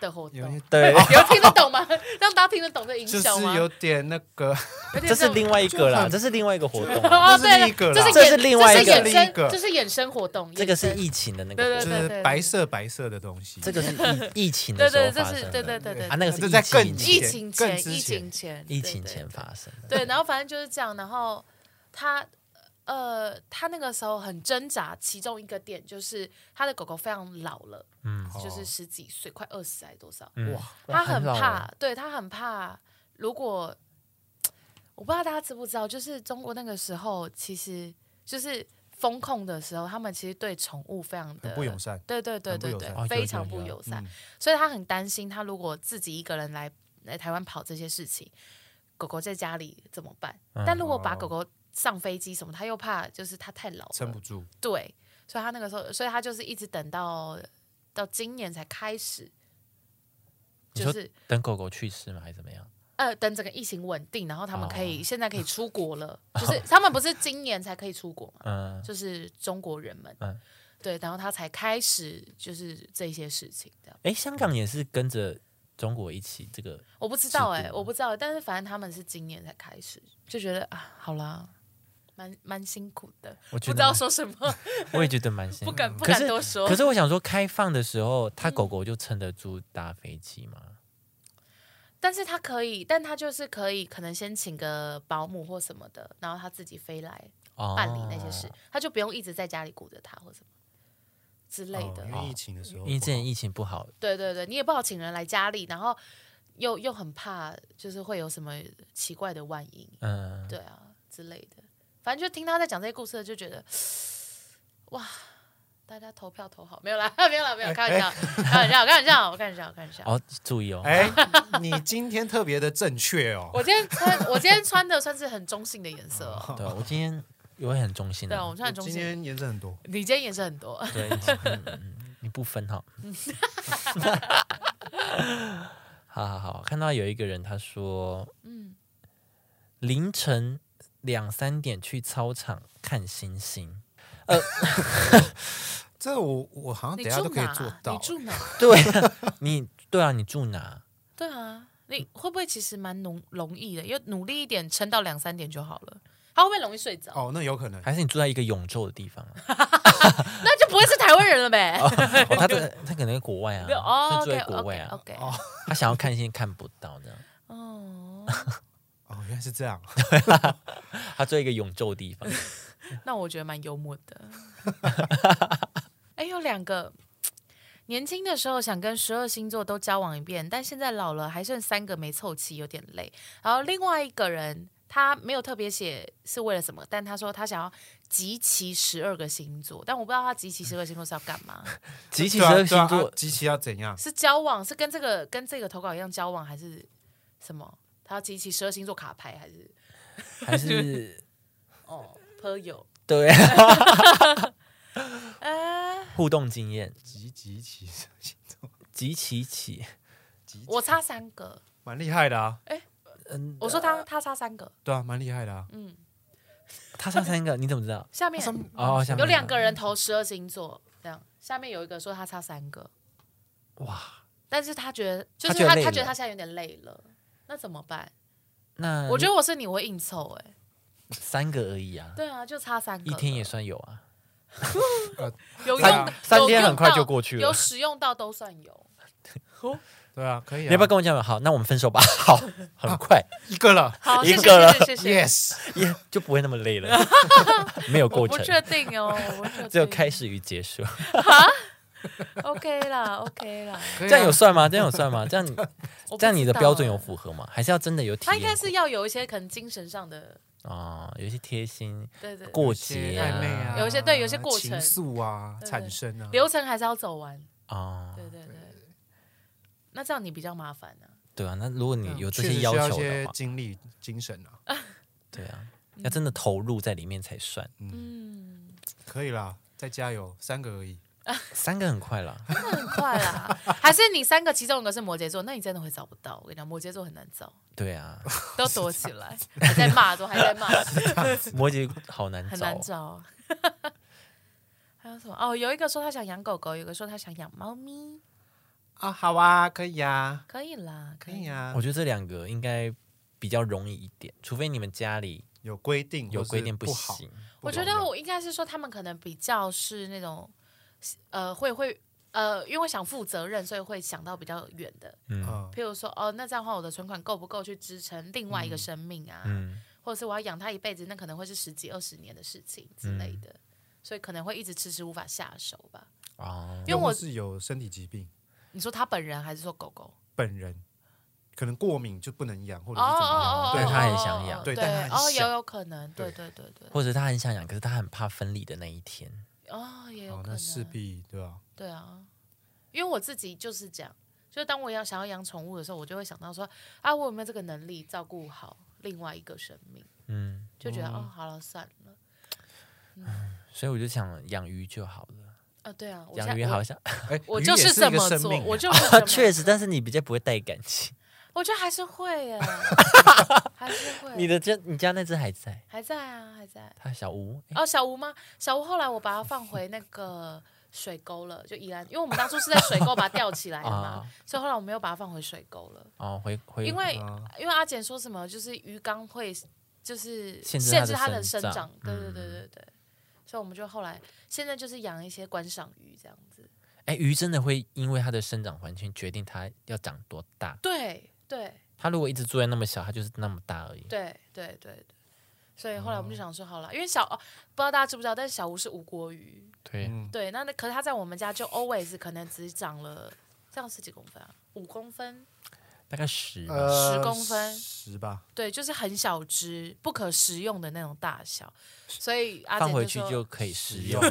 的活动
有一些。
对，
(laughs) 有听得懂吗？让大家听得懂这营
就
销
是
吗？
有点那个，
有点
这是
种
另外一个啦，
很
这是另外一个活动啊，
哦，
这是
对
另一个啦
这是
这
衍
是另外一
这
个
是衍
另一
生，
个
这是衍生活动，
这个是
衍生
疫情的那
对
个活
就
动，
对对
是白色白色的东西，
这个是
(laughs)
疫疫情的
对
时候
对，这
发生
是
的，
对对对对
啊，那个
这
是
在更
疫
以
情
疫
前
情
更
前，
之
疫
前
情前，
疫
对
情
对
前发生的，
对，然后反正就是这样，然后他呃，他那个时候很挣扎，其中一个点就是他的狗狗非常老了，
嗯
就是
哦
十几岁，快二十还是多少？
嗯
哇，
他很
很老
怕，
了
对他很怕，如果我不知道大家知不知道，就是中国那个时候其实就是。风控的时候，他们其实对宠物非常的
很不友善
对对对
很不
对
友
对，
善
哦有
非
有
常不
有
友善。
嗯，
所以他很担心，他如果自己一个人来来台湾跑这些事情，狗狗在家里怎么办？
嗯
但如果把
哦
狗狗上飞机什么，他又怕就是他太老
撑
了
不，住，
对，所以他那个时候，所以他就是一直等到到今年才开始，
你
就
说
是
等狗狗去世吗？还是怎么样？
呃等整个疫情稳定，然后他们可以、
哦
现在可以出国
(laughs)
了，就是他们不是今年才可以出国嘛，
嗯，
就是中国人们，
嗯
对，然后他才开始就是这些事情这样。
哎，香港也是跟着中国一起这个，
我不知道哎、
制度吗
我不知道，但是反正他们是今年才开始，就觉得啊，好啦，蛮蛮辛苦的，
我
不
觉
知道
得
说什么，
我也觉得蛮辛
不
苦，
敢不
可
敢
是
多说。嗯
可是我想说，开放的时候，它狗狗就撑得住搭飞机吗？
但是他可以，但他就是可以，可能先请个保姆或什么的，然后他自己飞来
哦，
办理那些事，他就不用一直在家里顾着他或什么之类的。
哦因为疫情的时候不好，
因为之前疫情不好，
对对对，你也不好请人来家里，然后又又很怕，就是会有什么奇怪的万一。
嗯，
对啊之类的。反正就听他在讲这些故事，就觉得哇，大家投票投好，没有啦， (laughs) 没有啦，没有，开玩笑，开玩笑，开玩笑，我开玩笑，开玩笑。
哦，注意哦，
哎，你今天特别的正确哦。
我今天穿，我今天穿的算是很中性的颜色哦。
对啊我今天我也很中性
对
的
啊，，我穿很中
今
性。
天颜色很多，
你今天也是很多，
对，嗯嗯嗯你不分
(laughs)
哈。好好好，看到有一个人他说，嗯，凌晨两三点去操场看星星，
这我我好像
你
等下
住
都可以
哪
做
啊？
到
你。住哪啊？
对啊你对啊，你住哪？
对啊，你会不会其实蛮容容易的？因为努力一点，撑到两三点就好了。他会不会容易睡着？
哦，那有可能。
还是你住在一个永昼的地方啊？
那就不会是台湾人了呗。
哦他在他可能在国外啊，
哦
他住
，OK
在国外
OK
啊，
OK，
哦
他想要看星星看不到这样，
哦，
哦，原来是这样。
他住在一个永昼的地方。
那我觉得蛮幽默的。哎，有两个。年轻的时候想跟十二星座都交往一遍，但现在老了还剩三个没凑齐，有点累。然后另外一个人他没有特别写是为了什么，但他说他想要集齐十二个星座，但我不知道他集齐十二个星座是要干嘛，
集齐
对
十
啊
二
对啊
星座
啊，机器要怎样？
是交往，是跟这个跟这个投稿一样交往，还是什么？他要集齐十二星座卡牌，还是
还是
哦朋友？
对啊
呃，
互动经验，
集集齐什么星座？
集齐起，
集
我差三个，
蛮厉害的啊，
嗯，
我说他他差三个，
对啊，蛮厉害的啊。
嗯，
他上三个，你怎么知道？
下面
上
哦，下面
有两个人投十二星座，这样下面有一个说他差三个，
哇，
但是他觉得就
他
是
觉得
他
累
他觉得
了
他现在有点累了，那怎么办？
那
我觉得我是你，我会硬凑哎、
三个而已啊，
对啊，就差三个，
一天也算有啊，
有
三
用的，
三
有
天
用
很快
到
就过去了
有使用到都算
(laughs)
有。
对啊，可以啊。
你要不要跟我讲？好，那我们分手吧。好，很快，
一个了
好，
一
谢谢
个了
谢谢谢谢。
？Yes，
耶，就不会那么累了，没有
我
过
不
程，
确定哦，我不确定。
(laughs) 只有开始与结束。
OK 啦，OK 啦。
可以啊
这样有算吗？这样有算吗？这样你
我不
这样你的标准
知道
有
啊
符合吗？还是要真的有体
他
验
应
过？
该是要有一些可能精神上的，
哦，有一些贴心
对对，
过
有些
节
暧昧啊，
有一些对有些过程
情愫啊，
对对
产生啊，
流程还是要走完。
哦，
对对对。那这样你比较麻烦呢、
对啊。那如果你有这
嗯确实
些
需
要
要一
求
些
的话，
精力、精神啊，
对啊，要真的投入在里面才算。
嗯，
可以啦，再加油，三个而已。
三个很快啦，
那很快啦。 (laughs) 还是你三个其中一个是摩羯座，那你真的会找不到。我跟你讲，摩羯座很难找，
对啊，
都躲起
(laughs)
来，还在骂中，还在骂， (laughs)
摩羯好难
很
找
难
哦。
找。 (laughs) 还有什么？哦，有一个说他想养狗狗，有一个说他想养猫咪，
啊，好啊，可以啊，
可以啦，
可以。啊
我，觉得这两个应该比较容易一点，除非你们家里
有规定，
有规定
不好，
行。
我觉得我应该是说，他们可能比较是那种，呃，会会呃，因为想负责任，所以会想到比较远的。
嗯
嗯，
譬如说，哦，那这样的话，我的存款够不够去支撑另外一个生命啊？
嗯，
或者是我要养它一辈子，那可能会是十几二十年的事情之类
嗯
的，所以可能会一直迟迟无法下手吧。
哦，
因为
又或
我
是有身体疾病，
你说他本人还是说狗狗？
本人可能过敏就不能养，或
哦
者是怎么样，
哦哦，
对
哦
他也
哦
想
哦
养
对
对
但他很
哦，有
想
有可能，对对对对，
或者他很想养，可是他很怕分离的那一天。
哦，也有
哦
可，能，
那势必对吧？
对啊，因为我自己就是这样，就是当我要想要养宠物的时候，我就会想到说，啊，我有没有这个能力照顾好另外一个生命？
嗯，
就觉得、哦，好了，算了。
所以我就想养鱼就好了，
啊，对啊，我
养
现在
鱼好像
哎，
我我
鱼
就
也
是
是
这
一个
么
生
做，
命啊
我就是
(laughs)
这么
哦确实，但是你比较不会带感情。
我觉得还是会耶，还是会。
你的家你家那只还在，
还在啊，还在。
它小吴，哎
哦，小吴吗？小吴后来我把它放回那个水沟了，就宜兰，因为我们当初是在水沟把它吊起来的嘛，
啊
所以后来我们又把它放回水沟了。
哦，回回，
因为
啊
因为阿简说什么，就是鱼缸会就是
限制它
限
的
制它的生
生
长
长，
对对
嗯
对对对，所以我们就后来现在就是养一些观赏鱼这样子。
哎，鱼真的会因为它的生长环境决定它要长多大。
对对
它如果一直住在那么小，它就是那么大而已。
对对对对，所以后来我们就想说好了，因为小哦不知道大家知不知道，但是小吴是无国鱼，
对
嗯，
对，那那可是它在我们家就 always 可能只长了这样是几公分啊？五公分，
大概十吗、
呃，
10公分
十吧，
对，就是很小只、不可食用的那种大小，所以阿
放
简
回去
说
就可以食用。
(laughs)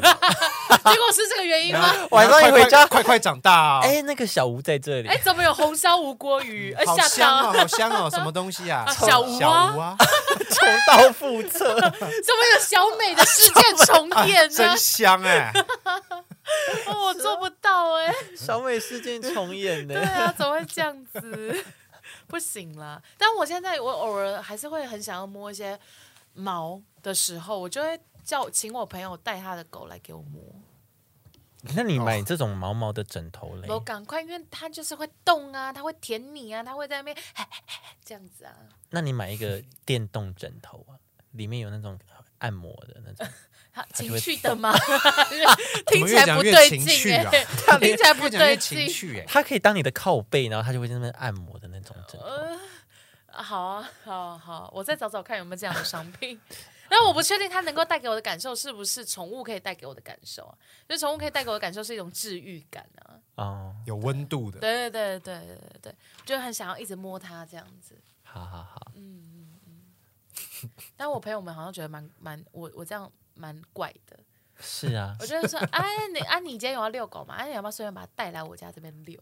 结果是这个原因吗？
晚上一回家
快快快长大哦，
哎、那个小吴在这里，嗯
哎，怎么有红烧无锅鱼？哎，
好
吓
香
啊
到
哦，！好香 (laughs) 哦，什么东西啊？
啊小吴啊
小吴啊，
重蹈覆辙。
怎么有小美的事件
(laughs)
重
(laughs)
演呢
真？香哎！
哦我做不到
(laughs)
哎。
小美事件重演呢
对啊，怎么会这样子？ (laughs) 不行啦！但我现在我偶尔还是会很想要摸一些毛的时候，我就会叫请我朋友带他的狗来给我摸。
那你买这种毛毛的枕头嘞？
我赶快，因为它就是会动啊，它会舔你啊，它会在那边这样子啊。
那你买一个电动枕头啊，里面有那种按摩的那种，
它
它就
情
会
趣的吗？
怎
(laughs) 听
么
起
越
来
讲
不
越
对
情
劲
趣
哎、
啊 (laughs)
听起来不
越讲越
对
情
劲。
趣哎，
它可以当你的靠背，然后它就会在那边按摩的那种枕头。
好啊，好啊好啊，我再找找看有没有这样的商品。 (laughs) 但我不确定它能够带给我的感受是不是宠物可以带给我的感受啊？就宠物可以带给我的感受是一种治愈感啊！
哦，
(laughs) 有温度的。
对对对对对对对，就很想要一直摸它这样子。
好好好，
但我朋友们好像觉得蛮蛮我我这样蛮怪的，
是啊
我，就会说哎你哎、你今天有要遛狗吗？哎、你要不要顺便把它带来我家这边遛？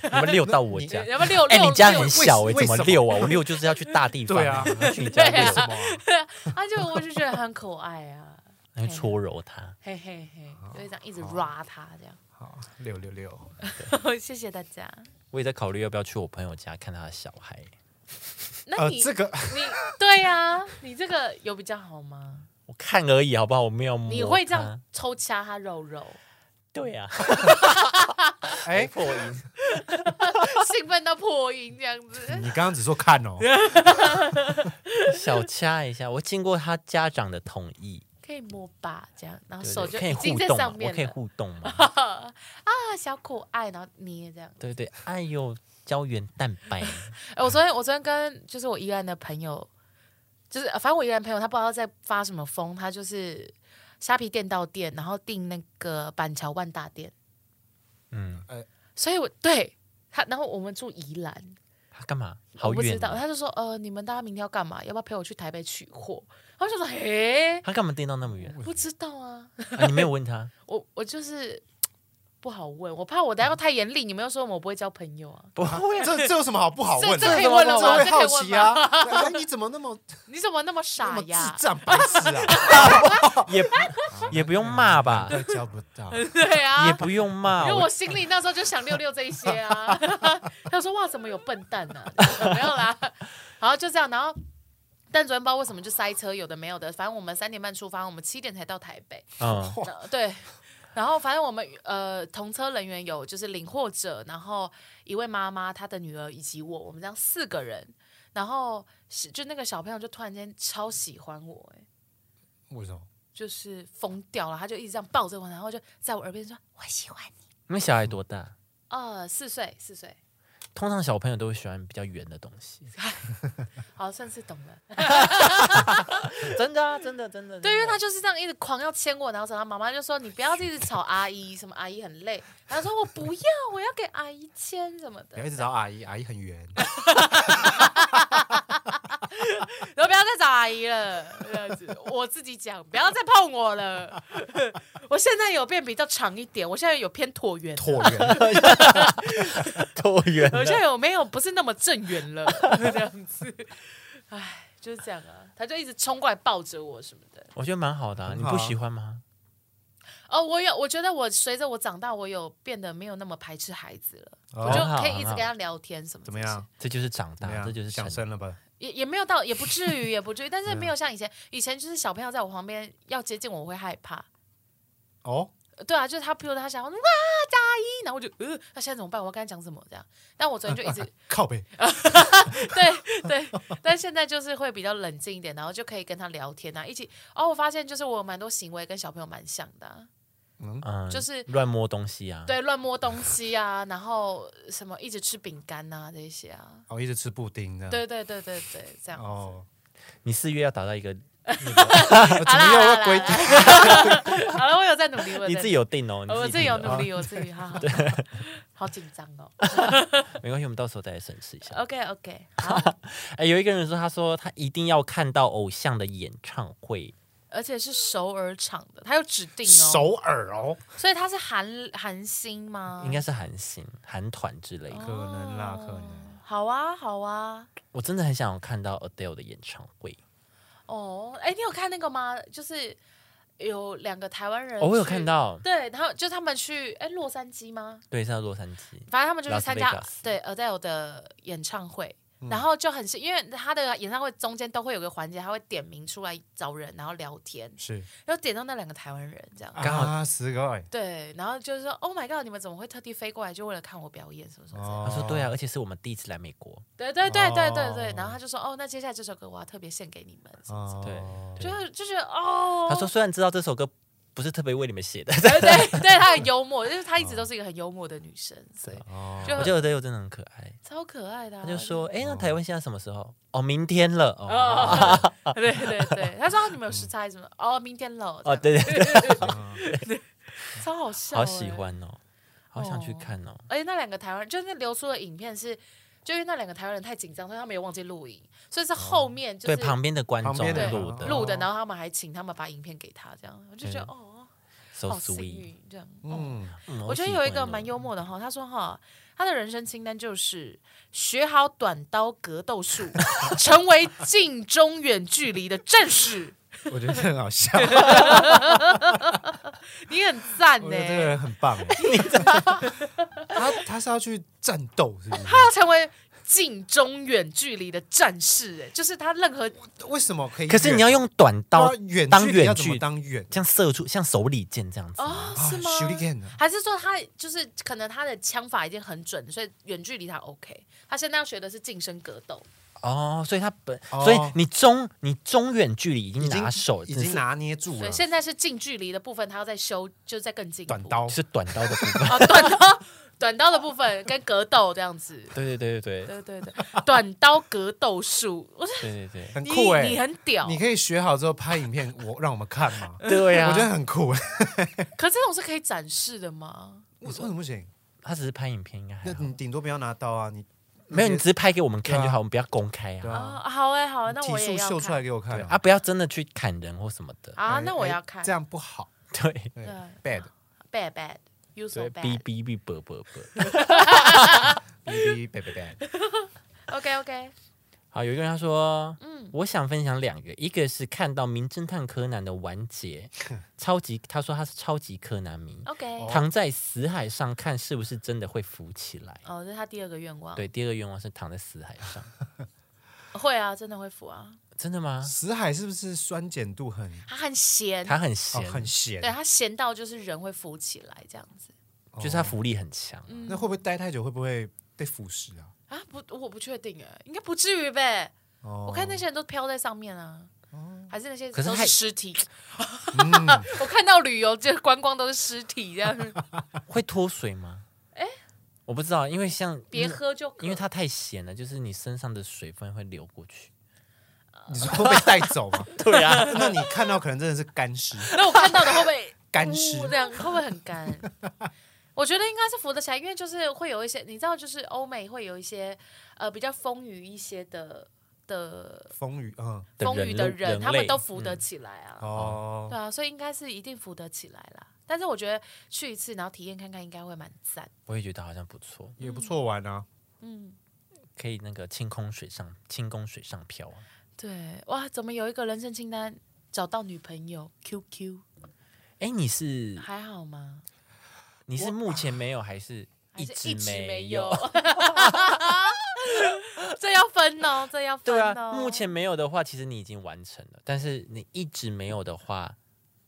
你们溜到我
这
家
样。要不要遛
哎、
遛？
你家
遛
很小哎、
为
怎么
为什么
溜啊？我溜就是要去大地方、
对啊
你去你家
对
为
啊
什么？
么啊？ (laughs)
啊，就我就觉得很可爱啊，
你会搓揉它。
嘿嘿嘿，就会这样一直 ra 它这样。
好，六六六，
谢谢大家。
我也在考虑要不要去我朋友家看他的小孩。
那
呃，
你、
这 (laughs) 个
你对呀、你这个有比较好吗？
我看而已，好不好？我没有摸它。
你会这样抽掐他肉肉，
对啊，
哎，
破音。
兴奋到破音这样子。
你刚刚只说看 (laughs) 哦，
小掐一下，我 (laughs) 经过他家长的同意，
可以摸吧，这样，然后
对
哦手
对
就
可以
已经
互
在
动
上
嘛，我
面
可以
了
互动
(laughs)
嘛？
啊，小可爱，然后捏这样。
对对，哎呦，胶原蛋白，
哎，我昨天我昨天跟就是我宜兰的朋友，就是呃反正我宜兰朋友他不知道在发什么疯，他就是虾皮店到店，然后订那个板桥万大店，
嗯，
所以我对他，然后我们住宜兰，
他干嘛？
我
好
不知
远
道，
哦，
他就说呃，你们大家明天要干嘛？要不要陪我去台北取货？然后就说嘿，
他干嘛订到那么远？
不知道啊，
啊你没有问
(laughs)
他？
我我就是不好问，我怕我等下太严厉，你们又说我不会交朋友啊。
不
(laughs)
会啊，
这这有什么好不好
这
问的？
这可以问了吗
这会
这可以
好
问
奇啊！ (laughs) 哎你怎么那么
你怎么那么
那
傻
么
呀
智？障白痴啊？
也 (laughs) 也不用骂
(laughs)
吧，
都交不
(laughs)
到，
对啊，
也不用骂，
因为
我
我心里那时候就想六六这一些啊， (laughs) 他说哇，怎么有笨蛋呢、 (laughs) 没有啦，然后就这样，然后但昨天不知道为什么就塞车，有的没有的，反正我们三点半出发，我们七点才到台北，
嗯，
呃对。然后反正我们呃同车人员有就是领货者，然后一位妈妈她的女儿以及我，我们这样四个人。然后是就那个小朋友就突然间超喜欢我、哎，
为什么？
就是疯掉了，他就一直这样抱着我，然后就在我耳边说我喜欢你。
你们小孩多大？
呃，四岁，四岁。
通常小朋友都会喜欢比较圆的东
(laughs)
西，
好，算是懂了。
真的啊，真的真的。
对，因
真
为
的
他就是这样一直狂要牵我，然后找他妈妈就说：“你不要一直吵阿姨，什么阿姨很累。”然后说：“我不要，我要给阿姨牵什么的 (laughs)
不。要一直找阿姨，阿姨
(laughs)
很圆。”
然后不要再找阿姨了，这样子我自己讲，不要再碰我 (laughs) 了。我现在有变比较长一点，我现在有偏椭圆，
椭圆，
多圆
我
啊
现在有没有不是那么正圆了， (laughs) 这样子。唉，就是这样啊，他就一直冲过来抱着我什么的。
我觉得蛮好的啊，
很
你
好啊
不喜欢吗？
哦，我有，我觉得我随着我长大，我有变得没有那么排斥孩子了，
(laughs) 哦
我就
很好
可以一直
很好
跟他聊天什么。
怎么样？？
这就是长
怎么
大，
样？
这就是成
想生了吧？
也也没有到，也不至于，也不至于，但
嗯
是没有像以前，以前就是小朋友在我旁边要接近我，我会害怕。
哦，
呃对啊，就是他，比如他想要哇，大一，然后我就呃，那现在怎么办？我要跟他讲什么这样？但我昨天就一
(laughs)
直
靠背，
对对，但现在就是会比较冷静一点，然后就可以跟他聊天啊，一起。哦，我发现就是我有蛮多行为跟小朋友蛮像的啊、
嗯，
就是
乱摸东西啊。
对，乱摸东西啊，然后什么一直吃饼干啊这些啊，
哦
嗯
我一直吃布丁这
啊
样。
对对对对对，这样。
哦，
哦
你四月要达到一个
好啦
啊怎么又要
好啦
规
好啦 (laughs) 好了，我有在努力，我有在
你自己有定哦，
我
你
自己有
定的
努
哦，
力，我自己好，好紧张哦。
没关系，我们到时候再来审视一下。
OK OK，好，
哎，有一个人说，他说他一定要看到偶像的演唱会，
而且是首尔场的，他有指定哦，
首尔
(laughs)
哦，
所以他是韩韩星吗？
应该是韩星、韩团之
哦
类的。
可能啦，可能。
好啊，好啊。
我真的很想看到 Adele 的演唱会，
哦，哎，你有看那个吗？就是有两个台湾人，
哦我有看，到，
对，然后就他们去哎洛杉矶吗？
对，是在洛杉矶。
反正他们就去参加
Las Vegas 嗯
对 Adele 的演唱会，然后就很是因为他的演唱会中间都会有个环节，他会点名出来找人，然后聊天，
是
然后点到那两个台湾人这样。
刚好
啊，十个哎，
对，然后就是说，Oh my god，你们怎么会特地飞过来就为了看我表演什么什么之类的？
他说对 (laughs) 啊，而且是我们第一次来美国，
对对对对对对
哦。
然后他就说，哦，那接下来这首歌我要特别献给你们，什么
哦，
对
就就觉得哦，
他说虽然知道这首歌不是特别为你们写的，
(laughs) 对对对，她很幽默，因为她一直都是一个很幽默的女
(laughs)
生，所以
哦
就
(laughs) 我觉得 Adele 真的很可爱。
超可爱的啊。
他就说，哎，那台湾现在什么时候？哦，明天了。哦
哦， (laughs) 对对对，他说你们有时差什么？哦，明天了。
哦，
这样，
对对，
超好笑，欸
好喜。欢哦，好想去看哦。
而且那两个台湾人，就是那流出的影片是，就因为那两个台湾人太紧张，所以他们也忘记录影，所以是后面就
对，
是
旁边的观众
旁边
的
录的，
录的，
哦
然后他们还请他们把影片给他，这样我就觉得哦，
so
好幸
sweet。
运这样。
嗯，
嗯，
嗯
我觉得有一个蛮，幽默的哈，他说哈，他的人生清单就是学好短刀格斗术，成为近中远距离的战士。
我觉得很
(laughs)
好笑，
你很赞欸
我
呢、
觉得这个人很
(laughs)
棒。 (laughs) 他他是要去战斗，
(laughs)
是不
他要 (laughs) 成为近中远距离的战士、哎，就是他任何
是？为什么可以
我喜欢哦
远？
可是你要用短刀
要远
当
距离
远
要怎么
距，
当远
这样射出像手里剑这样子吗。
哦，
啊
是吗？
，shuriken 啊
还是说他就是可能他的枪法已经很准，所以远距离他 OK。他现在要学的是近身格斗，
哦，所以他本，
哦
所以你中你中远距离已经
已经
拿手，
已
只哦
经
是
拿捏住
对，
了
现在是近距离的部分，他要再修，就是再更进一步
短刀，
是短刀的部分。
啊，短刀，短刀的部分跟格斗这样子。
(laughs) 对对对对对
对对对，短刀格斗术，我说
(laughs) 对对对
很
你
酷哎，
你很屌，
你可以学好之后拍影片，我让我们看嘛。
(laughs) 对啊！
我觉得很酷。欸
可这种是可以展示的吗？
为什么不行？
他只是拍影片应该还
那
好
你顶多不要拿刀啊，你
(laughs) 没有，你只是拍给我们看就
对
好，
啊
我们不要公开
对
啊
啊，
啊，好哎、好欸，那
体
我也
术
要
秀出来
看
给我看
对啊，不要真的去砍人或什么的。
啊，
哎
那我
哎
要看
这样不好。
(laughs) 对
对
对
bad
bad bad，you so
对，哔
bad。
哔哔啵啵啵。
b b bad bad。
OK OK，
(laughs) 好，有一个人他说，嗯，我想分享两个，一个是看到《名侦探柯南》的完 (laughs) 结，超级，他说他是超级柯南迷，
OK，
躺在死海上看是不是真的会浮起来。
哦，这是他第二个愿望。
对，第二个愿望是躺在死海
(laughs)
上，
会啊，真的会浮啊，
真的吗？
死海是不是酸碱度很
它很咸，
他很
哦
闲，
很咸
对？它咸到就是人会浮起来这样子
就是他浮力很强。
哦
嗯
那会不会待太久会不会被腐蚀啊？
啊，不，我不确定哎，应该不至于呗。
哦
我看那些人都飘在上面啊，还是那些
哦可是嗯
都
它
是尸体。 (laughs) 我看到旅游这观光都是尸
(laughs)
体这样，
会脱水吗？哎，我不知道，因为像
别，喝就可
因为它太咸了，就是你身上的水分会流过
(laughs)
去。
你是会被带走吗？ (laughs)
对啊，
那你看到可能真的是干尸，
那我看到的会不会
干尸
呜这样会不会很干？ (laughs) 我觉得应该是浮得起来，因为就是会有一些，你知道，就是欧美会有一些呃比较丰腴一些的的
风雨嗯
的
丰
人
腴的
类嗯
人，
人
他们
类
都浮得起来啊。
哦
对啊，所以应该是一定浮得起来啦。但是我觉得去一次，然后体验看看，应该会蛮赞。嗯
我也觉得好像不错，
也不错玩啊。
可以那个清空水上清空水上漂。啊
对，哇，怎么有一个人生清单找到女朋友？QQ
哎，你是
还好吗？
你是目前没有还是
还是
直
一直没
没
有？ (laughs) 这要分哦，这要分
对
哦。
啊，目前没有的话，其实你已经完成了。但是你一直没有的话，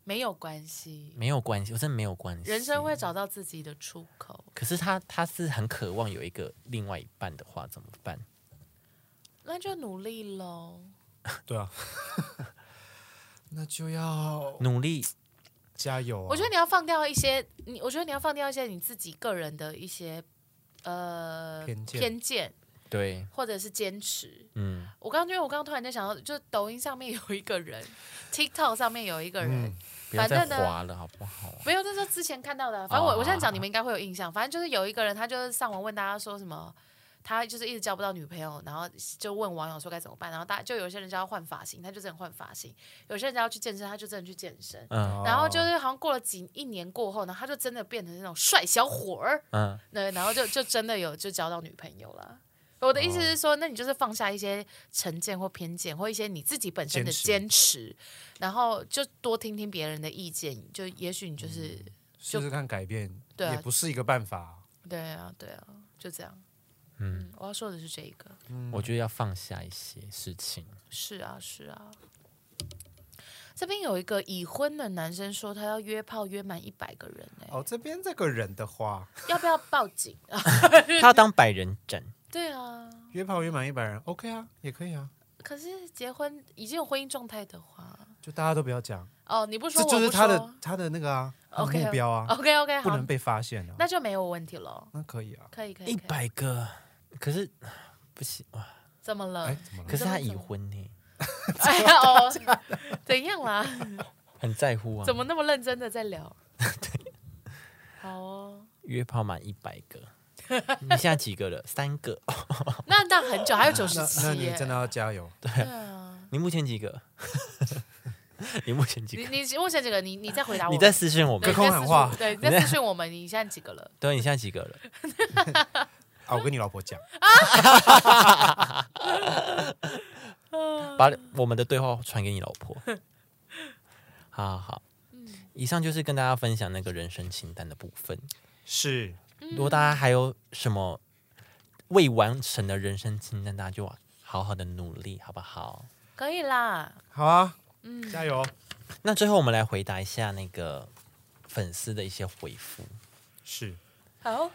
没有关系，
嗯
没有关系，我真的没有关系。
人生会，找到自己的出口。
可是他他是很渴望有一个另外一半的话，怎么办？
那就努力喽。
对啊， (laughs) 那就
哦
要
努力
加油啊！
我觉得你要放掉一些，你我觉得你要放掉一些你自己个人的一些呃
偏见
偏见
对，
或者是坚持。
嗯，
我刚因为我刚刚突然间想到，就是抖音上面有一个人，TikTok (laughs) 上面有一个
嗯
人，
不要再
反正呢
滑了好不好？
没有，这是之前看到的啊、反正我、
哦
我现在讲，你们应该会有印象。反正就是有一个人，他就是上网问大家说什么，他就是一直交不到女朋友，然后就问网友说该怎么办。然后大就有些人叫他换发型，他就真的换发型；有些人叫他去健身，他就真的去健身。
哦
嗯
然后就是好像过了几一年过后呢，他就真的变成那种帅小伙儿，
嗯，
那然后就就真的有就交到女朋友了。我的意思是说，那你就是放下一些成见或偏见，或一些你自己本身的坚
坚
持，然后就多听听别人的意见，就也许你就是、
试试看改变，
对啊
也不是一个办法。
对啊，对啊，就这样。嗯，我要说的是这一个。
我觉得要放下一些事情。
是啊，是啊。这边有一个已婚的男生说，他要约炮约满一百个人、欸，
哦，这边这个人的话，
要不要报警 (laughs) 啊？
他要当百人斩，
对啊，
约炮约满一百人，OK 啊，也可以啊，
可是结婚已经有婚姻状态的话，
就大家都不要讲，
哦，你不说
这
我不
就
说，
是他
(laughs)
的他的那个啊，他的
OK
目标啊，
OK OK，
不
好
能，被发现啊。
那就没有问题了。
那可以啊，
可以可以，
一
可以
百个，可是不行哇！
怎么了
哎？，怎么了？
可是他已婚呢，
(laughs) 哎呀哦，怎样啦？
很在乎啊。
怎么那么认真的
(laughs)
在聊？好哦，
约炮满一百个？你现在几个了？三个。
那那很久，还有九
那
十
那
七
你
耶。
真的要加油，
对啊，
你目前几个？ (laughs) 你目前几
你
个？
你目前几个？你你再回答我。
你在私信我
对
们
隔？空
你在私
喊
讯
话
(laughs)
对，你在私讯我们，你现在几个了？
对，你现在几个了？
啊，我跟你老婆讲，
嗯
把我们的对话传给你老
(laughs)
婆。好好好，
嗯
以上就是跟大家分享那个人生清单的部分。
是
嗯
如果大家还有什么未完成的人生清单，大家就好好的努力，好不好？
可以啦，嗯
好啊，加油，
那最后我们来回答一下那个粉丝的一些回复。
是
好，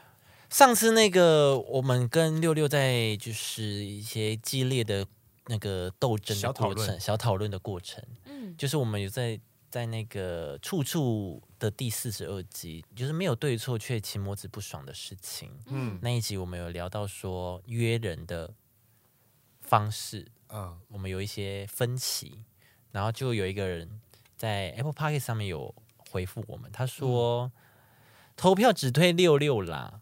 上次那个我们跟六六在就是一些激烈的那个斗争的
小讨
过
论
程，小讨论的过程，
嗯，
就是我们有在在那个处处的第四十二集，就是没有对错却情魔子不爽的事情
嗯
那一集，我们有聊到说约人的方式，
嗯，
我们有一些分歧，然后就有一个人在 Apple p o c k e t 上面有回复我们，他说、投票只推六六啦，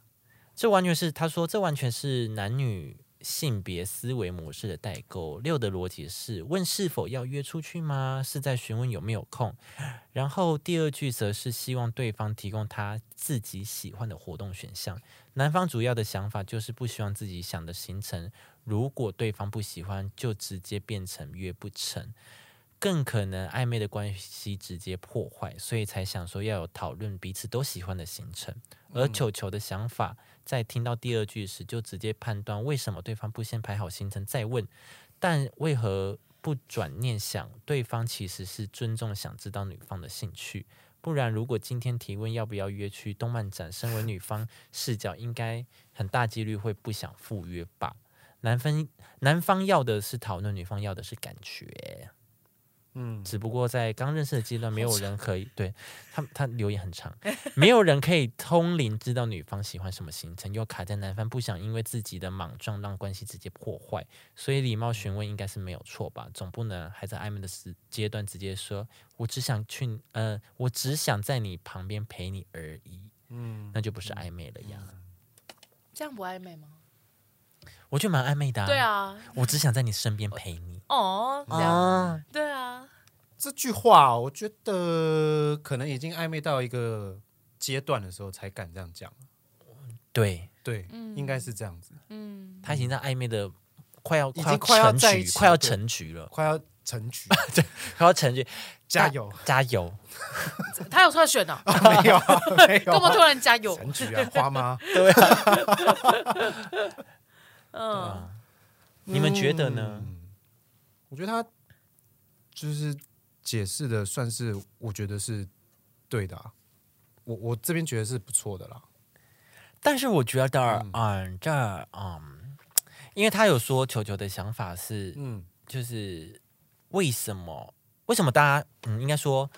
这完全是他说这完全是男女性别思维模式的代沟。六的逻辑是问是否要约出去吗？是在询问有没有空，然后第二句则是希望对方提供他自己喜欢的活动选项。男方主要的想法就是不希望自己想的行程，如果对方不喜欢，就直接变成约不成，更可能暧昧的关系直接破坏，所以才想说要有讨论彼此都喜欢的行程。而球球的想法，在听到第二句时，就直接判断为什么对方不先排好行程再问，但为何不转念想对方其实是尊重想知道女方的兴趣？不然，如果今天提问要不要约去动漫展，身为女方视角，应该很大几率会不想赴约吧。男方男方要的是讨论，女方要的是感觉。嗯，只不过在刚认识的阶段，没有人可以对他他留言很长， (laughs) 没有人可以通灵知道女方喜欢什么行程，又卡在男方不想因为自己的莽撞让关系直接破坏，所以礼貌询问应该是没有错吧？总不能还在暧昧的时阶段直接说我只想去，呃，我只想在你旁边陪你而已，嗯，那就不是暧昧了呀。
这样不暧昧吗？
我觉得蛮暧昧的、
对，啊，
我只想在你身边陪你
哦，这样，
啊。
对啊，
这句话，我觉得可能已经暧昧到一个阶段的时候才敢这样讲，
对
对，应该是这样子，
嗯，
他已经在暧昧的快要
已
快
经快要
成
在
局
一起了
快要
对
成局了，
快要成局，
快要成局，
加油，
加油！
他有出来选哦
(laughs)
的，
哦
没有啊，没有
干嘛突
啊，
然加油？
成局啊，花妈，
啊
嗯，
你们觉得呢？
嗯我觉得他就是解释的，算是我觉得是对的、啊，我我这边觉得是不错的啦，
但是我觉得，嗯，这儿，嗯，因为他有说球球的想法是，
嗯，
就是为什么为什么大家嗯，应该说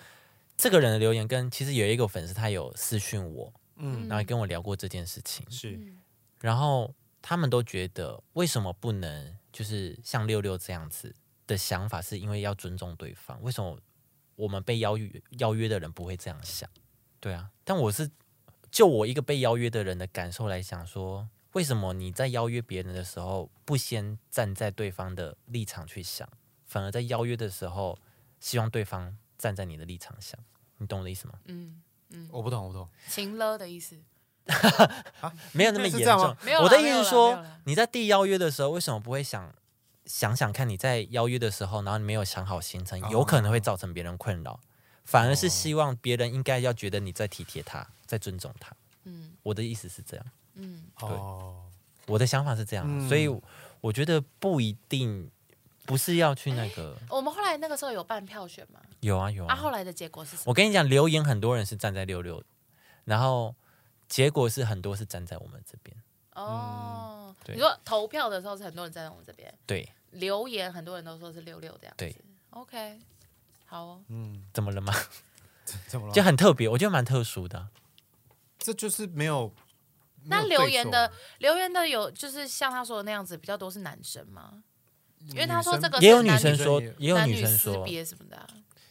这个人的留言跟其实有一个粉丝他有私讯我，
嗯
然后也跟我聊过这件事情，
是
嗯
然后他们都觉得为什么不能就是像六六这样子的想法，是因为要尊重对方。为什么我们被邀约邀约的人不会这样想？对啊，但我是就我一个被邀约的人的感受来想说。为什么你在邀约别人的时候，不先站在对方的立场去想，反而在邀约的时候，希望对方站在你的立场想？你懂我的意思吗？
嗯嗯，
我不懂，我不懂。
情了的意思，
没有那么
是
严
这样
重
吗。
没有啦
我的意思是
没有啦没有
说
啦，
你在递邀约的时候，为什么不会想想想看你在邀约的时候，然后你没有想好行
哦
程，有可能会造成别人困扰，反而是希望别人应该要觉得你在体贴他，在尊重他。
嗯
我的意思是这样，
嗯
哦，
我的想法是这样，啊
嗯
所以我觉得不一定不是要去那个。
我们后来那个时候有办票选嘛？
有啊有
哎啊，后来的结果是什么？
我跟你讲，留言很多人是站在六六的，然后结果是很多是站在我们这边。
哦，
对
你说投票的时候是很多人站在我们这边，
对，
留言很多人都说是六六这样子。
对
o k 好哦，
嗯，
怎么了吗？
怎么了？
就很特别，我觉得蛮特殊的啊。
这就是没有。没有
那
对啊
留言
错
的留言的有就是像他说的那样子比较多是男生吗？因为他说这个
(laughs) 也有
是
女
男
生说，
女
也有
男
女生
识
说，
别什么的啊、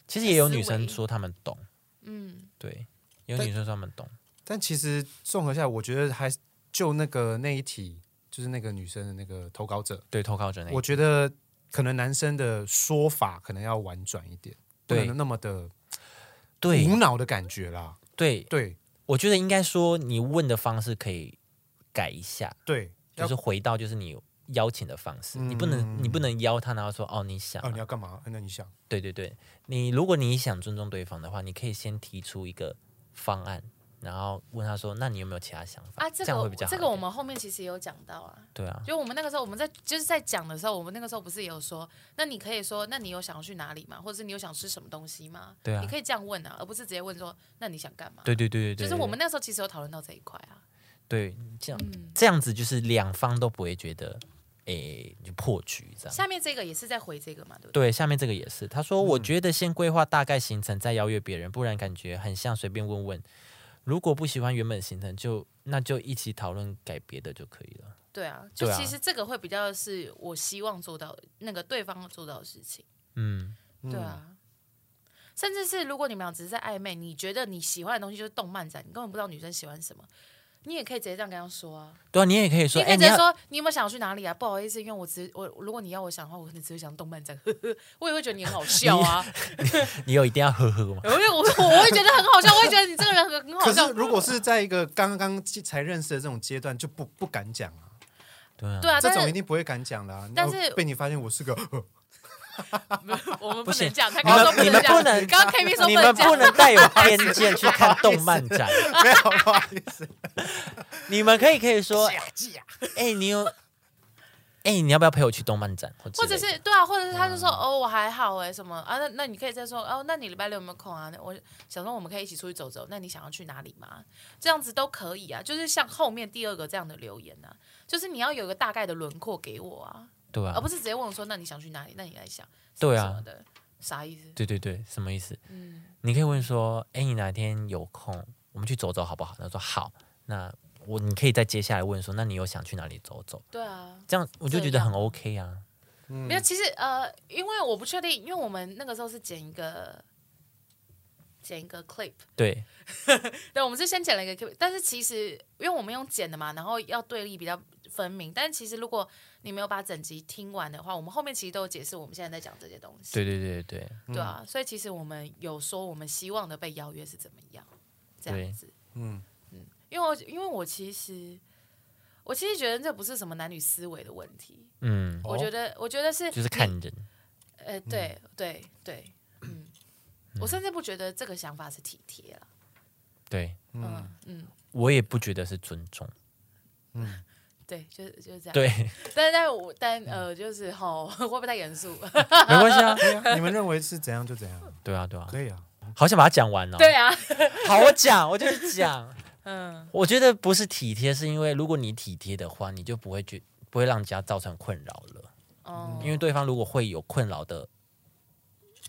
其实也有
思
女生
维
说她们懂，
嗯，
对，也有
但
女生说她们懂。
但其实综合下来，我觉得还是就那个那一题，就是那个女生的那个投稿者，
对，投稿者那一
我觉得可能男生的说法可能要婉转一点，不
对
能那么的无
对
脑的感觉啦。
对，
对
我觉得应该说你问的方式可以改一下，
对，
就
要嗯
是回到就是你邀请的方式，你不能你不能邀他，然后说哦你想
哦，
啊
你要干嘛？那你想，
对对对，你如果你想尊重对方的话，你可以先提出一个方案，然后问他说：“那你有没有其他想法？”
啊，这
样会
个
比较好一
这
点。
个我们后面其实也有讲到啊，
对啊，
就我们那个时候我们在就是在讲的时候，我们那个时候不是也有说，那你可以说，那你有想要去哪里吗？或者是你有想吃什么东西吗？
对啊
你可以这样问啊，而不是直接问说，那你想干嘛？
对对对对对，
就是我们那时候其实有讨论到这一块啊。
对这样、
嗯
这样子，就是两方都不会觉得诶就破局这样。
下面这个也是在回这个嘛，对不对？
啊对，下面这个也是，他说：“
嗯
我觉得先规划大概行程，再邀约别人，不然感觉很像随便问问。如果不喜欢原本行程就，那就一起讨论改别的就可以了。
对啊，就
对啊
其实这个会比较是我希望做到那个对方做到的事情。
嗯，
对啊，甚至是如果你们俩只是在暧昧，你觉得你喜欢的东西就是动漫展，你根本不知道女生喜欢什么，你也可以直接这样跟她说啊。
对啊，你也可以说，
你可以
哎，
直
你
接
要
说你有没有想要去哪里啊？不好意思，因为我只我如果你要我想的话，我可能只会想动漫展， (laughs) 呵呵，我也会觉得你很好笑啊，
你有一定要呵呵吗？
我会我我会觉得很好笑，我会觉得你这个人很很好
可
笑
是。如果是在一个刚刚才认识的这种阶段，就不不敢讲啊，
对啊，
对啊，
这
但
种一
是
定不会敢讲啦。然
但
后
是
被你发现我是 (laughs) 个，呃
我们
不
不
行
能这样，他
你
刚刚说
们你们不
不
能
能这样，刚刚 K B 说
你
不能
们
这
不
样，
能带有偏见去看动漫
(laughs)
展，
没有不好意思，
你们可以可以说，哎、你有，哎、你要不要陪我去动漫展？或
或者
之类的嗯
是对啊，或者是他就说哦我还好哎什么啊，那那你可以再说哦，那你礼拜六有没有空啊？那我想说我们可以一起出去走走，那你想要去哪里吗？这样子都可以啊，就是像后面第二个这样的留言啊，就是你要有一个大概的轮廓给我啊。
对
而
啊
不，是直接问我说：“那你想去哪里？那你来想。”
对
什
啊
么的，啥意思？
对对对，什么意思？
嗯，
你可以问说，哎、你哪天有空，我们去走走好不好？他说好，那我你可以再接下来问说，那你有想去哪里走走？
对啊，
这样我就觉得
这样
很 OK 啊。
没有。其实呃，因为我不确定，因为我们那个时候是剪一个剪一个 clip，
对
对，我们是先剪了一个 clip，但是其实因为我们用剪的嘛，然后要对立比较分明。但其实如果你没有把整集听完的话，我们后面其实都有解释我们现在在讲这些东西。
对嗯对对对
对啊，所以其实我们有说我们希望的被邀约是怎么样，这
对
样子。
嗯，
因为我因为我其实我其实觉得这不是什么男女思维的问题，
嗯，
我觉得我觉得是
就是看人，
呃对对对，嗯，我甚至不觉得这个想法是体贴了，
对
嗯嗯，
我也不觉得是尊
(laughs)
重。
对，就是就是这样。
对，
但但我但
嗯
呃就是吼， (laughs) 会不会太严肃？
没关系啊，
对啊，你们认为是怎样就怎样，
对啊对啊，
可以啊。
好想把它讲完哦。
(laughs) 对啊，
好，我讲，我就是讲。
嗯，
我觉得不是体贴，是因为如果你体贴的话，你就不会觉不会让人家造成困扰了。
哦，
因为对方如果会有困扰的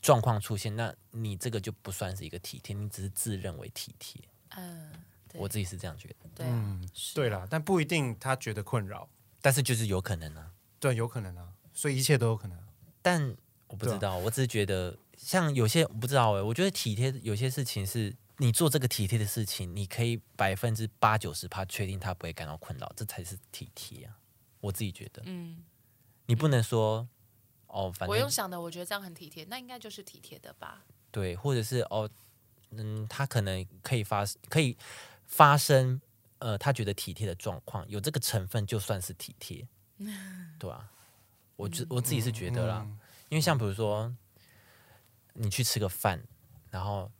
状况出现，那你这个就不算是一个体贴，你只是自认为体贴。
嗯，对
我自己是这样觉得。
对啊
嗯，对啦，但不一定他觉得困扰，
但是就是有可能啊。
对，有可能啊，所以一切都有可能啊、
但我不知道，我只是觉得，像有些我不知道哎、我觉得体贴有些事情是你做这个体贴的事情，你可以百分之八九十趴确定他不会感到困扰，这才是体贴啊。我自己觉得，
嗯，
你不能说哦，反
我用
正
想的，我觉得这样很体贴，那应该就是体贴的吧？
对，或者是哦，嗯，他可能可以发可以发生呃，他觉得体贴的状况，有这个成分就算是体
(laughs)
贴，对啊？我
嗯
自我自己是觉得啦。
嗯
因为像比如说，你去吃个饭，然后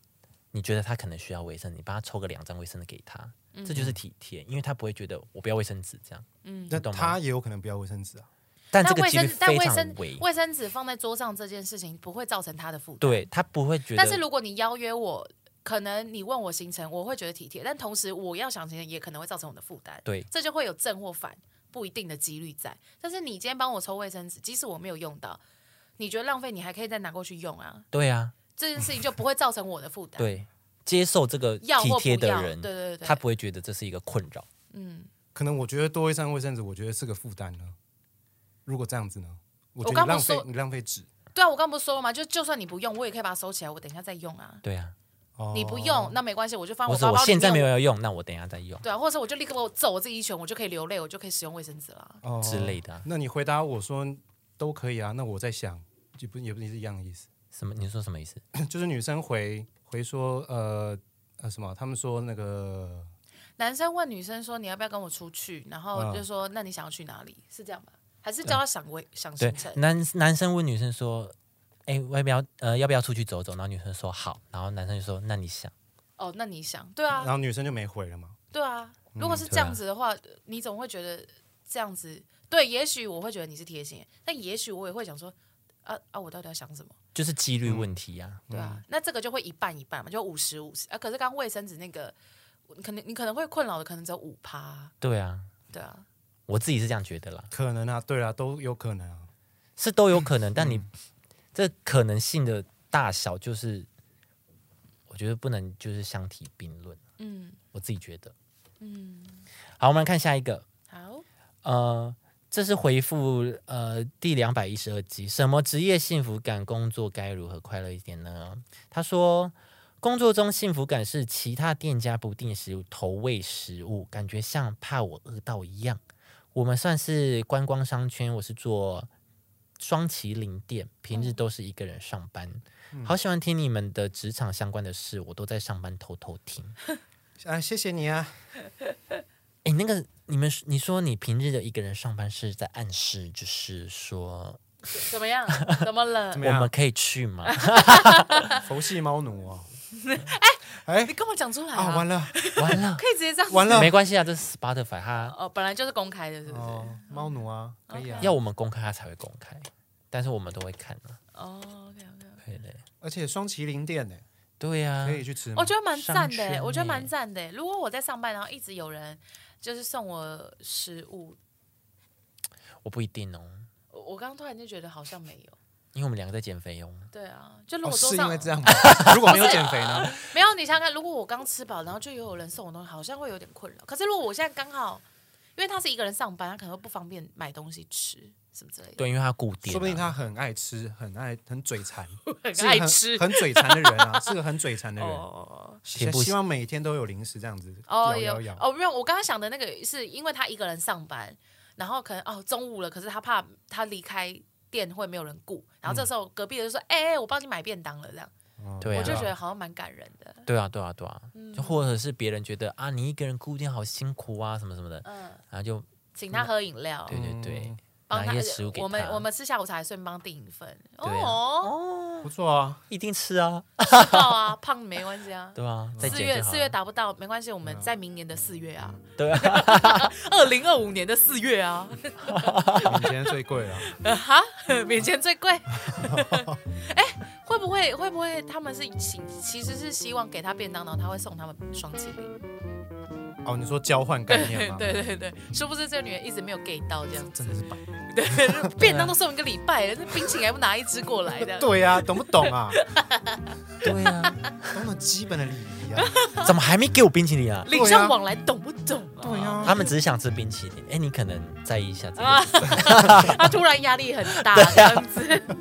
你觉得他可能需要卫生，你帮他抽个两张卫生的给他，
嗯
这就是体贴，因为他不会觉得我不要卫生纸这样。
嗯
那
懂吗
他也有可能不要卫生纸啊。
但这
但
个
卫
几率
生但
非
卫
常
生
微，
卫生纸放在桌上这件事情不会造成他的负担。
对他不会觉得。
但是如果你邀约我，可能你问我行程，我会觉得体贴，但同时我要想行程也可能会造成我的负担。
对
这就会有正或反不一定的几率在。但是你今天帮我抽卫生纸，即使我没有用到，你觉得浪费，你还可以再拿过去用啊。
对啊，
这件事情就不会造成我的负担。，
对接受这个
啊要
体
或不
贴的
要，对
人，
对对对，
他不会觉得这是一个困扰。
可能我觉得多一张卫生纸，我觉得是个负担呢。如果这样子呢？我觉
我
得
刚
你浪
不是
费
说
你浪费纸
对啊，我刚不是说了吗？就就算你不用，我也可以把它收起来，我等一下再用啊。
对啊，
哦，
你不用，那没关系，我就放
或
我
者
包
我
包里
现在没有
面。
要用，那我等一下再用
对啊，或者是我就立刻我揍我自己一拳，我就可以流泪，我就可以使用卫生纸了。
哦
之类的啊、
那你回答我说都可以啊，那我在想，就不也不是一样的意思， (coughs)
什么？你说什么意思？
就是女生回回说呃呃什么，他们说那个
男生问女生说你要不要跟我出去，然后
嗯
就说、那你想要去哪里？是这样吧？还是叫他想为想
对
行程，？
男男生问女生说：“哎、要不要呃要不要出去走走？”然后女生说：“好。”然后男生就说：“那你想。”
哦，那你想，对
然
啊，
后女生就没回了嘛。
对啊。如果是这
嗯对啊
样子的话，你总会觉得这样子对？也许我会觉得你是贴心，但也许我也会想说，啊啊，我到底要想什么？
就是几率问题呀、
对啊，那这个就会一半一半嘛，就五十五十啊。可是刚刚卫生纸那个，你可能你可能会困扰的，可能只有五趴啊，
对啊，
对啊，
我自己是这样觉得啦，
可能啊，对啊，都有可能啊。
是都有可能，但
嗯
你、这可能性的大小，就是我觉得不能就是相提并论，
嗯
我自己觉得。
嗯，
好，我们来看下一个，
好，
呃，这是回复呃第两百一十二集，什么职业幸福感，工作该如何快乐一点呢？他说，工作中幸福感是其他店家不定时投喂食物，感觉像怕我饿到一样。我们算是观光商圈，我是做双麒麟店，平日都是一个人上班。好喜欢听你们的职场相关的事，我都在上班偷偷听。
啊，谢谢你啊，
哎，那个你们你说你平日的一个人上班是在暗示，就是说
怎么 (laughs) 样？怎么了
怎？么
我们
样？
可以去
(laughs)
吗？
佛系猫奴
(laughs)
哦。哎
你跟我讲出来
啊，
啊
完！了
完了，
可以直接这样子
完了
没关系啊，这是 Spotify，它
哦，本来就是公开的，是不是？
哦，猫奴啊，可以啊。
要我们公开它才会公开，但是我们都会看啊。
哦，OK OK，
可以嘞，
而且双麒麟店呢，
对啊呀、
嗯
可以去吃吗
我？觉得蛮赞
商
的
圈
欸，我觉得蛮
欸
赞的欸。如果我在上班，然后一直有人就是送我食物，
我不一定哦，
我我刚刚突然就觉得好像没有。
因为我们两个在减肥哦。
对啊，就如
哦，
果桌
是
上、
因为这样
(laughs)
吗？如果没有减肥
(laughs)
呢？
没有，你想想看，如果我刚吃饱，然后就有人送我东西，好像会有点困扰。可是如果我现在刚好，因为他是一个人上班，他可能会不方便买东西吃什么之类的。
对，因为它固定、啊，
说不定他很爱吃，很爱很嘴馋，
(laughs) 很
是个
爱
很
吃
很嘴馋的人
(laughs)
啊，是个很嘴馋的人。
哦
挺
希
不
希望每天都有零食这样子，
哦
咬
有
咬咬。
哦，没有，我刚刚想的那个是因为他一个人上班，然后可能哦中午了，可是他怕他离开店会没有人顾，然后这时候隔壁的就说：“哎、哎我帮你买便当了。”这样，
嗯对啊
嗯
我就觉得好像蛮感人的。
对啊，对啊，对啊，
嗯
就或者是别人觉得啊，你一个人固定好辛苦啊，什么什么的，
嗯，
然后就
请他喝饮料，
嗯对对对，
帮
拿
他
一些食物给他，
我们我们吃下午茶，还顺便帮订一份。
对啊
哦，
不错啊，
一定吃啊，
知道啊，胖没关系啊。
对啊，再
四
减
月
就好
四
了
月达不到没关系，我们在明年的四月啊，
对
(laughs)
啊，
二零二五年的四月啊，
你今天最贵
(laughs)
了，
哈，免钱最贵。哎、会不会会不会他们是请其实是希望给他便当，然后他会送他们双麒麟？
哦，你说交换概念吗？
对对对，殊不知这个女人一直没有 get 到这样子
真，的是白。
对，便当都送一个礼拜了，那冰淇淋还不拿一支过来的？
(laughs) 对呀、啊，懂不懂啊？
对啊，
懂不懂基本的礼仪啊？
(laughs)
怎么还没给我冰淇淋啊？
礼尚往来，懂不懂、啊？
对呀、
他们只是想吃冰淇淋，哎，你可能在意一下这个。
啊，
(laughs)
他突然压力很大这样子。 (laughs)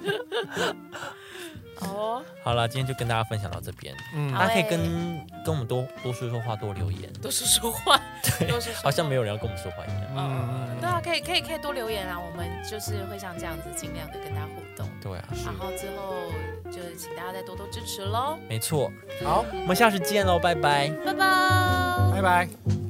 哦，
好了，今天就跟大家分享到这边，
嗯
大家可以
好欸
跟跟我们多多说说话，多留言，
多说说话，多说说
(laughs)
话
好像没有人要跟我们说话一样。
Ờ,
嗯，对啊，可以可以可以多留言啊，我们就是会像这样子尽量的跟大家互动，
对啊，
然后之后就是请大家再多多支持喽，
没错，
好，
我们下次见喽，拜拜。
拜拜。
拜拜。